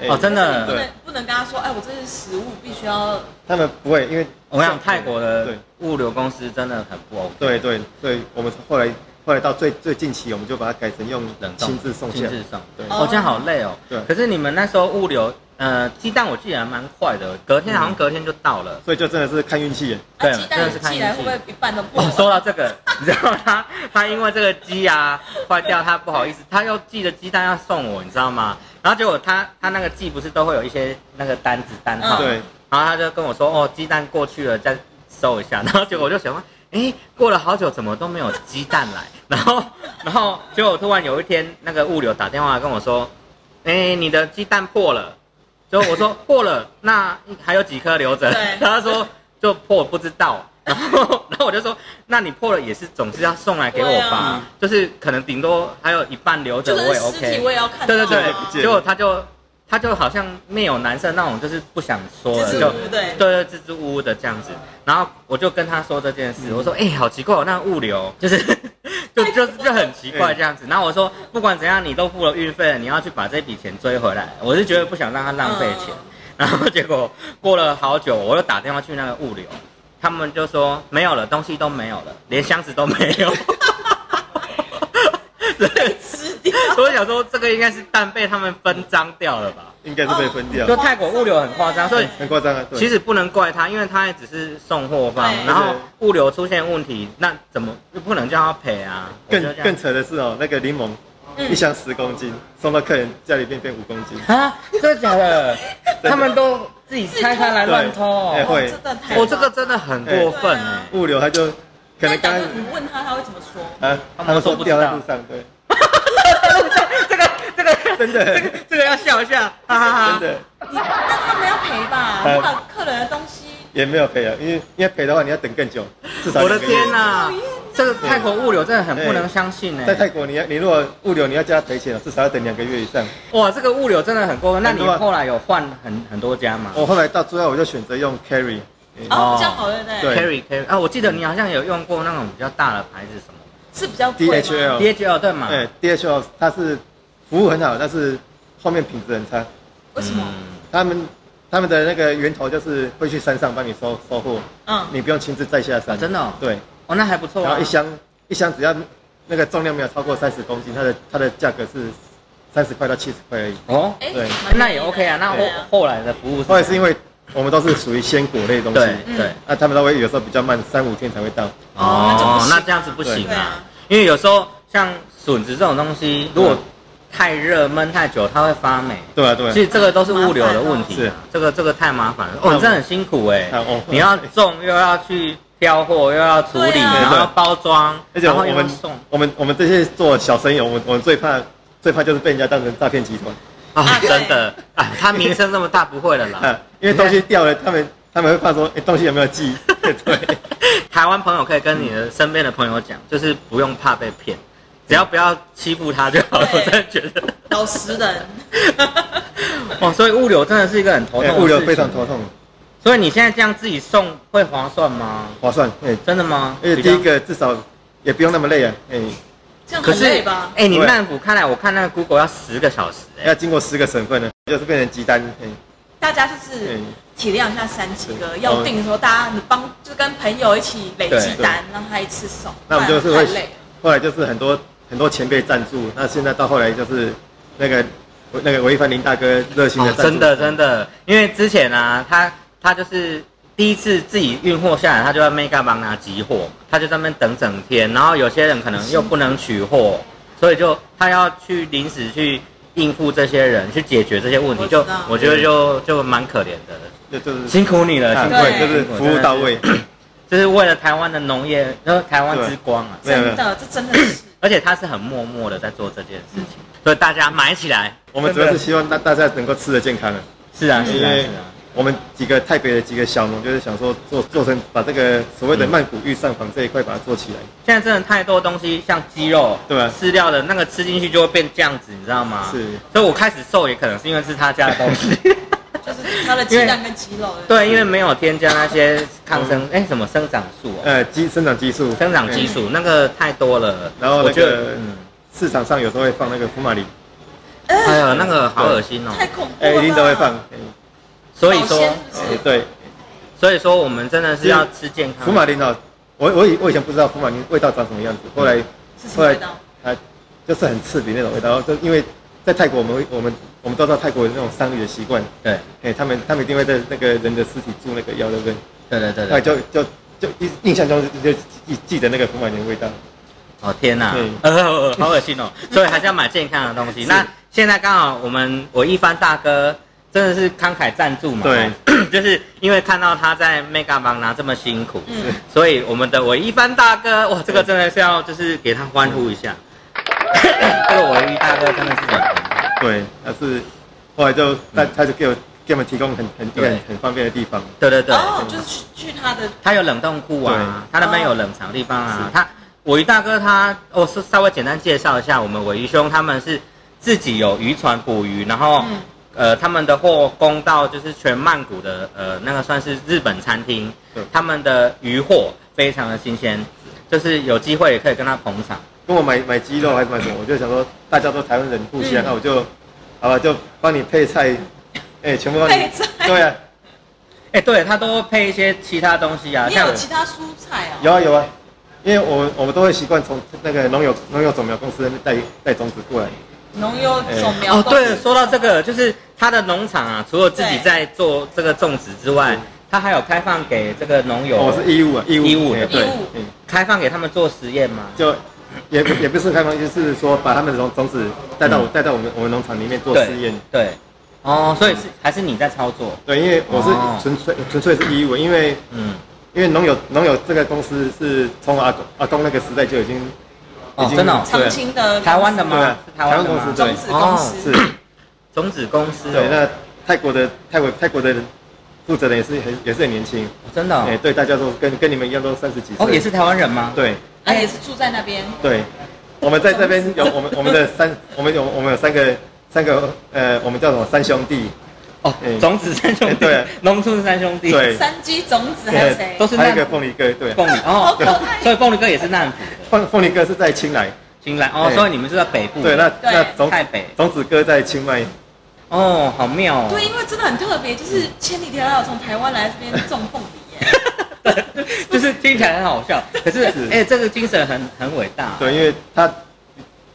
[SPEAKER 2] 哎
[SPEAKER 1] 哦真的
[SPEAKER 3] 不能不能跟他说，哎，我这是食物，必须要啊
[SPEAKER 2] 他们不会，因为
[SPEAKER 1] 我想泰国的
[SPEAKER 2] 对
[SPEAKER 1] 物流公司真的很不 OK，
[SPEAKER 2] 对对对，我们后来后来到最最近期，我们就把它改成用
[SPEAKER 1] 冷冻
[SPEAKER 2] 亲自送
[SPEAKER 1] 亲
[SPEAKER 2] 下。
[SPEAKER 1] 自送，
[SPEAKER 2] 对
[SPEAKER 1] 哦，这样好累哦。
[SPEAKER 2] 对
[SPEAKER 1] 可是你们那时候物流，呃，鸡蛋我记得还蛮快的，隔
[SPEAKER 2] 嗯
[SPEAKER 1] 天好像隔天就到了。
[SPEAKER 2] 所以就真的是看运气耶。
[SPEAKER 3] 啊
[SPEAKER 1] 对
[SPEAKER 3] 鸡
[SPEAKER 1] 真
[SPEAKER 3] 蛋
[SPEAKER 1] 的是看
[SPEAKER 3] 寄来
[SPEAKER 1] 运
[SPEAKER 3] 会
[SPEAKER 1] 气
[SPEAKER 3] 不会一半都不
[SPEAKER 1] 哦
[SPEAKER 3] 好？，
[SPEAKER 1] 说到这个，你知道他他因为这个鸡啊坏掉，他不好意思，他又寄的鸡蛋要送我，你知道吗？然后结果他他那个寄不是都会有一些那个单子单号，
[SPEAKER 3] 嗯
[SPEAKER 2] 对，
[SPEAKER 1] 然后他就跟我说哦鸡蛋过去了再收一下， 然后结果我就想说，哎过了好久怎么都没有鸡蛋来，然后然后结果突然有一天那个物流打电话跟我说，哎你的鸡蛋破了，就我说破了，那还有几颗留着
[SPEAKER 3] 对，
[SPEAKER 1] 他说就破不知道。 然后，然后我就说，那你破了也是总是要送来给我
[SPEAKER 3] 对
[SPEAKER 1] 吧，
[SPEAKER 3] 啊
[SPEAKER 1] 就是可能顶多还有一半留着，
[SPEAKER 3] 就
[SPEAKER 1] 我
[SPEAKER 3] 是
[SPEAKER 1] 也
[SPEAKER 3] 尸
[SPEAKER 1] OK。
[SPEAKER 3] 体我也要看到啊。
[SPEAKER 1] 对对
[SPEAKER 2] 对不
[SPEAKER 1] 对，
[SPEAKER 2] 见
[SPEAKER 1] 结果他就他就好像没有男生那种，就是不想说了，
[SPEAKER 3] 支支
[SPEAKER 1] 就
[SPEAKER 3] 吾吾对
[SPEAKER 1] 对对支支吾吾的这样子。然后我就跟他说这件
[SPEAKER 3] 嗯
[SPEAKER 1] 事，我说哎、好奇怪、哦，那物流就是 就就就很奇怪这
[SPEAKER 3] 哎
[SPEAKER 1] 样子。然后我说不管怎样，你都付了运费了，你要去把这笔钱追回来。我是觉得不想让他浪费钱。
[SPEAKER 3] 嗯
[SPEAKER 1] 然后结果过了好久，我又打电话去那个物流，他们就说没有了，东西都没有了，连箱子都没有。 对，
[SPEAKER 3] 吃掉。
[SPEAKER 1] 所以我想说，这个应该是蛋被他们分赃掉了吧？
[SPEAKER 2] 应该是被分掉
[SPEAKER 1] 就，泰国物流很夸张，所以
[SPEAKER 2] 很夸张啊。对
[SPEAKER 1] 其实不能怪他，因为他也只是送货方，
[SPEAKER 3] 对
[SPEAKER 1] 然后物流出现问题，那怎么就不能叫他赔啊？我觉
[SPEAKER 2] 更
[SPEAKER 1] 得这样
[SPEAKER 2] 更扯的是哦，那个柠檬
[SPEAKER 3] 嗯
[SPEAKER 2] 一箱十公斤，送到客人家里变变五公斤。
[SPEAKER 1] 啊，真的假的？
[SPEAKER 2] 的
[SPEAKER 1] 他们都自己拆开来乱偷
[SPEAKER 2] 对哎
[SPEAKER 1] 哦，
[SPEAKER 2] 会
[SPEAKER 3] 哦真的太
[SPEAKER 1] 我这个真的很过分哎、
[SPEAKER 3] 对
[SPEAKER 2] 物流他就可
[SPEAKER 3] 那
[SPEAKER 2] 能
[SPEAKER 3] 你打
[SPEAKER 2] 刚
[SPEAKER 3] 算你问他，他会怎么 说？
[SPEAKER 2] 啊，
[SPEAKER 1] 他
[SPEAKER 2] 他
[SPEAKER 1] 们
[SPEAKER 2] 们
[SPEAKER 1] 说
[SPEAKER 2] 说
[SPEAKER 1] 不知道
[SPEAKER 2] 掉在路上，对，
[SPEAKER 1] 哎这个这个
[SPEAKER 2] 真的
[SPEAKER 1] 这个这个要笑一下，哈哈哈
[SPEAKER 3] 啊
[SPEAKER 2] 真。的
[SPEAKER 3] 你但他们要赔吧？
[SPEAKER 2] 嗯
[SPEAKER 3] 你把客人的东西，
[SPEAKER 2] 也没有赔啊，因为因为赔的话你要等更久，至少
[SPEAKER 1] 我的
[SPEAKER 2] 两个月
[SPEAKER 1] 天呐、
[SPEAKER 3] 讨厌啊
[SPEAKER 1] 这个泰国物流真的很不能相信哎、
[SPEAKER 2] 在泰国你要你如果物流你要叫他赔钱哦，至少要等两个月以上。
[SPEAKER 1] 哇，这个物流真的很过分。那你
[SPEAKER 2] 很多哦啊
[SPEAKER 1] 后来有换很很多家吗
[SPEAKER 2] 我后来到最后我就选择用 carry，嗯
[SPEAKER 1] 哦
[SPEAKER 3] 哦，比较好，对不对？
[SPEAKER 2] 对
[SPEAKER 1] ？Carry Carry 啊，我记得你好像有用过那种比较大的牌子什么
[SPEAKER 3] 是比较贵吗
[SPEAKER 2] DHL，
[SPEAKER 1] DHL 对吗？
[SPEAKER 2] 哎，DHL 它是服务很好，但是后面品质很差。
[SPEAKER 3] 为什么？
[SPEAKER 1] 嗯
[SPEAKER 2] 他们他们的那个源头就是会去山上帮你收收货，
[SPEAKER 3] 嗯，
[SPEAKER 2] 你不用亲自再下
[SPEAKER 1] 啊
[SPEAKER 2] 山。
[SPEAKER 1] 真的哦
[SPEAKER 2] 对，
[SPEAKER 1] 哦，那还不错
[SPEAKER 2] 然
[SPEAKER 1] 啊。
[SPEAKER 2] 后一箱一箱只要那个重量没有超过三十公斤，它的它的价格是三十块到七十块而已。
[SPEAKER 1] 哦，
[SPEAKER 3] 哎
[SPEAKER 2] 对，
[SPEAKER 3] 蛮
[SPEAKER 1] 那也 OK 啊。那后
[SPEAKER 3] 对啊
[SPEAKER 1] 后来的服务
[SPEAKER 2] 后来是
[SPEAKER 1] 什么
[SPEAKER 2] 因为我们都是属于鲜果类的东西，
[SPEAKER 1] 对
[SPEAKER 3] 嗯
[SPEAKER 1] 对
[SPEAKER 2] 那、他们都会有时候比较慢，三五天才会到。
[SPEAKER 3] 哦那就不行
[SPEAKER 1] 那这样子不行
[SPEAKER 3] 对
[SPEAKER 1] 啊
[SPEAKER 3] 啊，
[SPEAKER 1] 因为有时候像笋子这种东西，如果太热闷太久，它会发霉。
[SPEAKER 2] 对啊，对啊
[SPEAKER 1] 其，实这个都是物流的问题、
[SPEAKER 2] 是
[SPEAKER 1] 啊，这个这个太麻烦了。哦，
[SPEAKER 2] 那
[SPEAKER 1] 你
[SPEAKER 2] 我
[SPEAKER 1] 真的很辛苦哎、
[SPEAKER 2] 啊哦
[SPEAKER 1] 你要种又要去挑货，又要处理，
[SPEAKER 3] 对啊
[SPEAKER 1] 然后要包装，
[SPEAKER 2] 啊而且
[SPEAKER 1] 然
[SPEAKER 2] 我
[SPEAKER 1] 后又
[SPEAKER 2] 我
[SPEAKER 1] 要
[SPEAKER 2] 们
[SPEAKER 1] 送
[SPEAKER 2] 我们我们这些做小生意，我们我们最怕最怕就是被人家当成诈骗集团，
[SPEAKER 1] 啊
[SPEAKER 3] 啊，对
[SPEAKER 1] 真的啊，他名声这么大，不会了啦。
[SPEAKER 2] 啊，因为东西掉了，他们他们会怕说，哎、东西有没有 寄？对，
[SPEAKER 1] 台湾朋友可以跟你的身边的朋友讲，就是不用怕被骗，只要不要欺负他就好了。我
[SPEAKER 3] 对
[SPEAKER 1] 真的觉得，
[SPEAKER 3] 老实人，
[SPEAKER 1] 哦，所以物流真的是一个很头痛
[SPEAKER 2] 哎
[SPEAKER 1] 的事情、
[SPEAKER 2] 物流非常头痛，
[SPEAKER 1] 所以你现在这样自己送会划算吗？
[SPEAKER 2] 划算，哎、
[SPEAKER 1] 真的吗？
[SPEAKER 2] 而且
[SPEAKER 1] 比较
[SPEAKER 2] 第一个至少也不用那么累啊，哎、
[SPEAKER 3] 这样
[SPEAKER 1] 可
[SPEAKER 3] 很
[SPEAKER 1] 是
[SPEAKER 3] 累吧？
[SPEAKER 1] 哎、你
[SPEAKER 2] 对啊
[SPEAKER 1] 曼谷看来，我看那个 Google 要十个小时、哎，
[SPEAKER 2] 要经过十个省份呢，啊就是变成集单，哎、
[SPEAKER 3] 大家就是
[SPEAKER 2] 嗯
[SPEAKER 3] 体谅一下三七哥，
[SPEAKER 2] 对哦
[SPEAKER 3] 要订的时候，大家你帮就跟朋友一起累积
[SPEAKER 1] 对
[SPEAKER 3] 单，让他一次送，
[SPEAKER 2] 那我们就
[SPEAKER 3] 不
[SPEAKER 2] 是
[SPEAKER 3] 然
[SPEAKER 2] 会
[SPEAKER 3] 太累了。
[SPEAKER 2] 后来就是很多很多前辈赞助，那现在到后来就是那个那个韦凡林大哥热心的
[SPEAKER 1] 哦
[SPEAKER 2] 赞助、
[SPEAKER 1] 真的真的，因为之前啊，他他就是第一次自己运货下来，他就在 Mega 帮拿集货，他就在那边等整天，然后有些人可能又不能取货，所以就他要去临时去应付这些人，去解决这些问题，
[SPEAKER 3] 我
[SPEAKER 1] 就
[SPEAKER 3] 知道
[SPEAKER 1] 我觉得就就蛮可怜的，
[SPEAKER 2] 就就是
[SPEAKER 1] 辛苦你了，
[SPEAKER 2] 啊
[SPEAKER 1] 辛苦
[SPEAKER 2] 对，
[SPEAKER 1] 你，
[SPEAKER 2] 就是
[SPEAKER 1] 辛苦
[SPEAKER 2] 服务到，位
[SPEAKER 1] 真，的是就是为了台湾的农业，呃，台湾之光啊，
[SPEAKER 2] 没有没有
[SPEAKER 3] 真的，这真的是
[SPEAKER 1] 而且他是很默默的在做这件事情，所以大家买起来，
[SPEAKER 2] 我们主要是希望大大家能够吃得健康啊，
[SPEAKER 1] 是啊是
[SPEAKER 2] 因
[SPEAKER 1] 啊是
[SPEAKER 2] 为
[SPEAKER 1] 啊。
[SPEAKER 2] 我们几个台北的几个小农就是想说做做成把这个所谓的曼谷御膳房这一块把它做起来，
[SPEAKER 1] 现在真的太多东西，像鸡肉，
[SPEAKER 2] 对啊
[SPEAKER 1] 饲料的那个吃进去就会变酱子，你知道吗？
[SPEAKER 2] 是，
[SPEAKER 1] 所以我开始瘦也可能是因为是他家的东 西，
[SPEAKER 3] 就是他的鸡蛋跟鸡肉。
[SPEAKER 1] 对，因为没有添加那些抗
[SPEAKER 2] 嗯
[SPEAKER 1] 生，哎、什么生长素哦，
[SPEAKER 2] 呃，激生长激素，嗯
[SPEAKER 1] 生长激素、那个太多了。
[SPEAKER 2] 然后那个
[SPEAKER 1] 我觉得，嗯，
[SPEAKER 2] 市场上有时候会放那个福马林，
[SPEAKER 1] 哎呦，那个好恶心哦。
[SPEAKER 3] 太恐怖
[SPEAKER 2] 哎、
[SPEAKER 3] 了。
[SPEAKER 2] 一定都会放。。哎
[SPEAKER 1] 所以
[SPEAKER 3] 保
[SPEAKER 1] 说
[SPEAKER 3] 鲜，是不
[SPEAKER 2] 哎
[SPEAKER 3] 是
[SPEAKER 2] 对，
[SPEAKER 1] 所以说我们真的是要吃健
[SPEAKER 2] 福
[SPEAKER 1] 康。
[SPEAKER 2] 马林哦，我我以我以前不知道福马林味道长什么样
[SPEAKER 1] 嗯
[SPEAKER 2] 子，后来
[SPEAKER 3] 是什
[SPEAKER 2] 后
[SPEAKER 3] 么
[SPEAKER 2] 来
[SPEAKER 3] 味道？
[SPEAKER 2] 它就是很刺鼻那种味道，就因为在泰国我们会我们我们都知道泰国有那种商旅的习惯，
[SPEAKER 1] 对
[SPEAKER 2] 哎、他们他们一定会在那个人的尸体注那个药，对不对？
[SPEAKER 1] 对对对
[SPEAKER 2] 后来
[SPEAKER 1] 对。
[SPEAKER 2] 就就就印印象中就就记记得那个福马林的味道。
[SPEAKER 1] 哦天哪
[SPEAKER 2] 对，
[SPEAKER 1] 呃， 好恶心哦！所以还是要买健康的东西。
[SPEAKER 2] 是
[SPEAKER 1] 那现在刚好我们我一帆大哥真的是慷慨赞助嘛，
[SPEAKER 2] 对，
[SPEAKER 1] 就是因为看到他在 Mega 帮拿这么辛苦，
[SPEAKER 3] 嗯，
[SPEAKER 1] 所以我们的韦一帆大哥，哇，这个真的是要就是给他欢呼一下。 这个韦一大哥真的是人很好，
[SPEAKER 2] 对，但是后来就他他就给我给我们提供很很一个很
[SPEAKER 1] 对
[SPEAKER 2] 很方便的地方，
[SPEAKER 1] 对对对，
[SPEAKER 3] 哦，就是去去他的
[SPEAKER 2] 哦
[SPEAKER 1] 他有冷冻库啊，他那边有冷藏地方啊
[SPEAKER 2] 是。
[SPEAKER 1] 他韦一大哥他，我是稍微简单介绍一下，我们韦一兄他们是自己有渔船捕鱼，然后、
[SPEAKER 3] 嗯
[SPEAKER 1] 呃他们的货供到就是全曼谷的呃那个算是日本餐厅
[SPEAKER 2] 对，
[SPEAKER 1] 他们的鱼货非常的新鲜，就是有机会也可以跟他捧场。
[SPEAKER 2] 跟我买买鸡肉还是买什么，我就想说大家都台湾人互相，啊
[SPEAKER 3] 嗯
[SPEAKER 2] 那我就好吧，就帮你配菜，哎、全部帮你
[SPEAKER 3] 配，菜。
[SPEAKER 2] 对啊，
[SPEAKER 1] 哎、对他都会配一些其他东西啊，
[SPEAKER 3] 你
[SPEAKER 1] 像
[SPEAKER 3] 有其他蔬菜哦？
[SPEAKER 2] 有啊有啊，因为我们我们都会习惯从那个农友农友种苗公司那边带带种子过来，
[SPEAKER 3] 农友
[SPEAKER 2] 哎
[SPEAKER 3] 种苗
[SPEAKER 1] 哦，
[SPEAKER 3] 公司
[SPEAKER 1] 对，说到这个，就是他的农场啊，除了自己
[SPEAKER 3] 对
[SPEAKER 1] 在做这个种植之外
[SPEAKER 2] 嗯，
[SPEAKER 1] 他还有开放给这个农友，
[SPEAKER 2] 我、是义务啊义务
[SPEAKER 1] 义务
[SPEAKER 2] 哎
[SPEAKER 1] 的
[SPEAKER 2] 对
[SPEAKER 3] 义务，
[SPEAKER 2] 嗯
[SPEAKER 1] 开放给他们做实验吗？
[SPEAKER 2] 就。也也不是开放，就是说把他们的种种子带到我带到我们我们农场里面做
[SPEAKER 1] 对
[SPEAKER 2] 试验，
[SPEAKER 1] 对，哦，所以是还是你在操作，
[SPEAKER 2] 对，因为我
[SPEAKER 1] 哦
[SPEAKER 2] 是纯粹纯粹是义务，因为
[SPEAKER 1] 嗯，
[SPEAKER 2] 因为农友农友这个公司是从阿公阿公那个时代就已经，
[SPEAKER 1] 哦
[SPEAKER 2] 已，经
[SPEAKER 1] 真的哦、
[SPEAKER 3] 长青的
[SPEAKER 1] 台湾的吗？
[SPEAKER 2] 对啊
[SPEAKER 1] 是台湾的
[SPEAKER 2] 台湾公
[SPEAKER 1] 吗
[SPEAKER 2] 司？
[SPEAKER 3] 种子公 司
[SPEAKER 2] 是，
[SPEAKER 1] 种子公司、哦，
[SPEAKER 2] 对，那泰国的泰国泰国的负责人也是很也是很年轻，
[SPEAKER 1] 哦真的
[SPEAKER 2] 哎、
[SPEAKER 1] 哦，
[SPEAKER 2] 对，大家都跟跟你们一样都三十几岁，
[SPEAKER 1] 哦，也是台湾人吗？
[SPEAKER 2] 对
[SPEAKER 3] 啊，也是住在那边。
[SPEAKER 2] 对，我们在这边有我们我们的三我们有我们有三个三个呃我们叫什么三兄弟，
[SPEAKER 1] 哦，
[SPEAKER 2] 哎
[SPEAKER 1] 种子三兄弟，
[SPEAKER 2] 哎对
[SPEAKER 1] 农村三兄弟，
[SPEAKER 2] 对
[SPEAKER 3] 三鸡种子还有
[SPEAKER 1] 哦
[SPEAKER 3] 谁？
[SPEAKER 1] 都是
[SPEAKER 2] 还
[SPEAKER 1] 那
[SPEAKER 2] 有一个凤梨哥，对，
[SPEAKER 1] 凤梨
[SPEAKER 3] 好
[SPEAKER 1] 哦
[SPEAKER 3] 可爱，
[SPEAKER 1] 所以凤梨哥也是难府的，
[SPEAKER 2] 凤凤梨哥是在清莱，
[SPEAKER 1] 新来哦，
[SPEAKER 2] 对
[SPEAKER 1] 所以你们是在北部，
[SPEAKER 2] 对，那那种
[SPEAKER 1] 太北，
[SPEAKER 2] 种子哥在清迈，
[SPEAKER 1] 哦，好妙哦，
[SPEAKER 3] 对，因为真的很特别，就是千里迢迢从台湾来这边种凤梨耶。
[SPEAKER 1] 对， 就是听起来很好笑，可是
[SPEAKER 2] 是
[SPEAKER 1] 哎、这个精神很很伟大。
[SPEAKER 2] 对，因为他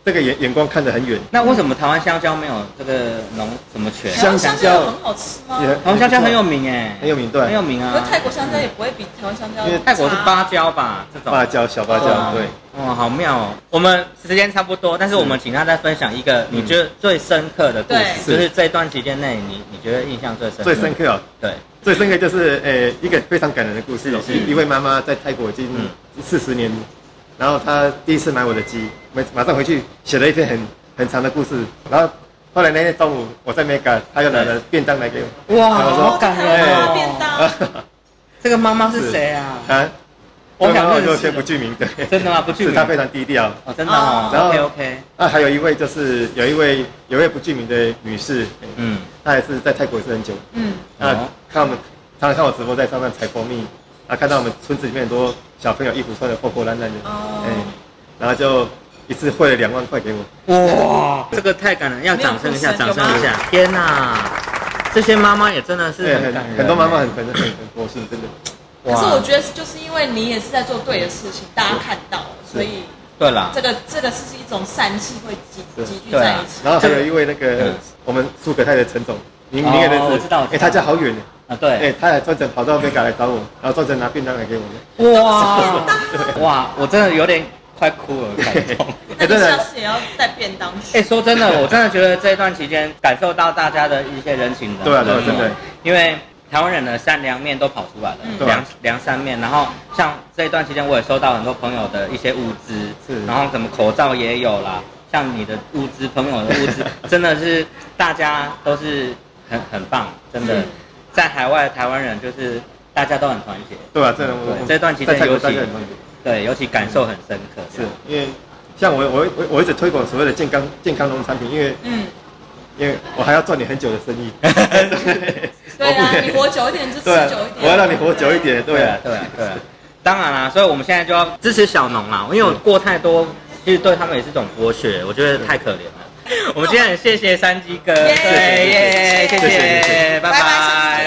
[SPEAKER 2] 这个眼眼光看得很远。
[SPEAKER 1] 那为什么台湾香蕉没有这个农什么权？
[SPEAKER 2] 香
[SPEAKER 3] 台湾
[SPEAKER 2] 香蕉
[SPEAKER 3] 蕉很好吃吗？
[SPEAKER 2] 也
[SPEAKER 1] 台湾香蕉很有
[SPEAKER 2] 名，
[SPEAKER 1] 名哎，
[SPEAKER 2] 很有名对
[SPEAKER 1] 很有名
[SPEAKER 3] 可
[SPEAKER 1] 啊
[SPEAKER 3] 是。泰国香蕉也不会比台湾香蕉
[SPEAKER 2] 因为
[SPEAKER 1] 泰国是
[SPEAKER 3] 差啊
[SPEAKER 1] 芭蕉吧？这种
[SPEAKER 2] 芭蕉小芭
[SPEAKER 1] 哦
[SPEAKER 2] 蕉，对，
[SPEAKER 1] 哇，好妙哦！我们时间差不多，但是我们请他再分享一个你觉得最深刻的故事，
[SPEAKER 3] 对
[SPEAKER 1] 就是这段期间内你你觉得印象最深刻
[SPEAKER 2] 最深刻哦，
[SPEAKER 1] 对
[SPEAKER 2] 最深刻就是呃一个非常感人的故事哦，
[SPEAKER 1] 是是
[SPEAKER 2] 一一位妈妈在泰国已经
[SPEAKER 1] 嗯
[SPEAKER 2] 四十年，然后她第一次买我的鸡，马马上回去写了一篇很很长的故事，然后后来那天中午我在 mega，她又拿了便当来给我，
[SPEAKER 1] 哇，
[SPEAKER 2] 我说
[SPEAKER 1] 好
[SPEAKER 3] 哦，
[SPEAKER 1] 感
[SPEAKER 3] 台湾
[SPEAKER 1] 人
[SPEAKER 3] 妈
[SPEAKER 1] 哦！
[SPEAKER 3] 妈便当，
[SPEAKER 1] 这个妈妈 是谁啊？
[SPEAKER 2] 啊，
[SPEAKER 1] 我想
[SPEAKER 2] 然后
[SPEAKER 1] 认识
[SPEAKER 2] 就先不具名的，
[SPEAKER 1] 真的吗？不具
[SPEAKER 2] 是
[SPEAKER 1] 名
[SPEAKER 2] 她非常低调。
[SPEAKER 1] 哦，真的哦。
[SPEAKER 2] 然后
[SPEAKER 1] OK OK，
[SPEAKER 2] 啊，还有一位就是有一位有一位不具名的女士，呃
[SPEAKER 1] 嗯，
[SPEAKER 2] 她也是在泰国也是很久，
[SPEAKER 3] 嗯，
[SPEAKER 1] 哦
[SPEAKER 2] 啊，看我们常常看我直播在上面采蜂蜜，啊，看到我们村子里面很多小朋友衣服穿的破破烂烂的，哎
[SPEAKER 3] 哦
[SPEAKER 2] 然后就一次汇了两万块给我，
[SPEAKER 1] 哇，这个太感人，要掌声一下，
[SPEAKER 3] 没
[SPEAKER 1] 掌
[SPEAKER 3] 有哭声
[SPEAKER 1] 声一下！天哪，这些妈妈也真的是
[SPEAKER 2] 对，
[SPEAKER 1] 很
[SPEAKER 2] 哎很
[SPEAKER 1] 感人，哎
[SPEAKER 2] 很多妈妈很很很很高兴，真的，
[SPEAKER 3] 可
[SPEAKER 1] 哇。
[SPEAKER 3] 是我觉得就是因为你也是在做对的事情，大家看到了，所以
[SPEAKER 1] 对啦，
[SPEAKER 3] 这个这个是一种善气会集
[SPEAKER 2] 是
[SPEAKER 3] 集聚
[SPEAKER 1] 对
[SPEAKER 3] 在
[SPEAKER 1] 啊
[SPEAKER 3] 一起。
[SPEAKER 2] 然后还有一位那个
[SPEAKER 1] 嗯
[SPEAKER 2] 我们苏格泰的陈总，您
[SPEAKER 1] 哦
[SPEAKER 2] 您也认识，
[SPEAKER 1] 我知道我知道
[SPEAKER 2] 哎，他家好远，
[SPEAKER 1] 啊对，
[SPEAKER 2] 哎，他还专程跑到贝卡来找我，然后专程拿便当来给我，
[SPEAKER 1] 哇哇，我真的有点快哭了，感动。
[SPEAKER 3] 那
[SPEAKER 2] 哎，
[SPEAKER 3] 你
[SPEAKER 2] 真的，
[SPEAKER 3] 下次也要带便当去
[SPEAKER 1] 哎、。说真的，我真的觉得这一段期间感受到大家的一些人情冷
[SPEAKER 2] 对啊，对啊
[SPEAKER 1] 暖，
[SPEAKER 2] 真的，啊
[SPEAKER 1] 因为台湾人的善良面都跑出来了，
[SPEAKER 3] 嗯
[SPEAKER 1] 良良善面。然后像这一段期间，我也收到很多朋友的一些物资，
[SPEAKER 2] 是
[SPEAKER 1] 然后什么口罩也有啦，像你的物资，朋友的物资， 真的是大家都是很很棒，真的
[SPEAKER 3] 嗯，
[SPEAKER 1] 在海外的台湾人就是大家都很团结，
[SPEAKER 2] 对啊，真的，
[SPEAKER 1] 对
[SPEAKER 2] 我
[SPEAKER 1] 这段期间
[SPEAKER 2] 在泰国
[SPEAKER 1] 尤其
[SPEAKER 2] 大家很忙
[SPEAKER 1] 对，尤其感受很深刻，
[SPEAKER 2] 是因为像我我我我一直推广所谓的健康健康农产品，因为
[SPEAKER 3] 嗯，
[SPEAKER 2] 因为我还要赚你很久的生意。
[SPEAKER 3] 对啊，你活
[SPEAKER 2] 我
[SPEAKER 3] 久一点就
[SPEAKER 2] 不
[SPEAKER 3] 吃
[SPEAKER 2] 对啊
[SPEAKER 3] 久一点。
[SPEAKER 2] 我要让你活久一点，对
[SPEAKER 1] 对啊
[SPEAKER 2] 啊，，
[SPEAKER 1] 对啊，对啊，当然啦，所以我们现在就要支持小农啦，因为我过太多，其实对他们也是一种剥削，我觉得太可怜了。
[SPEAKER 3] 我们今天很谢谢山鸡哥，
[SPEAKER 2] 耶
[SPEAKER 3] 对耶，谢
[SPEAKER 1] 谢谢谢
[SPEAKER 3] 谢，
[SPEAKER 2] 拜
[SPEAKER 3] 拜
[SPEAKER 2] 拜山鸡哥
[SPEAKER 3] 拜。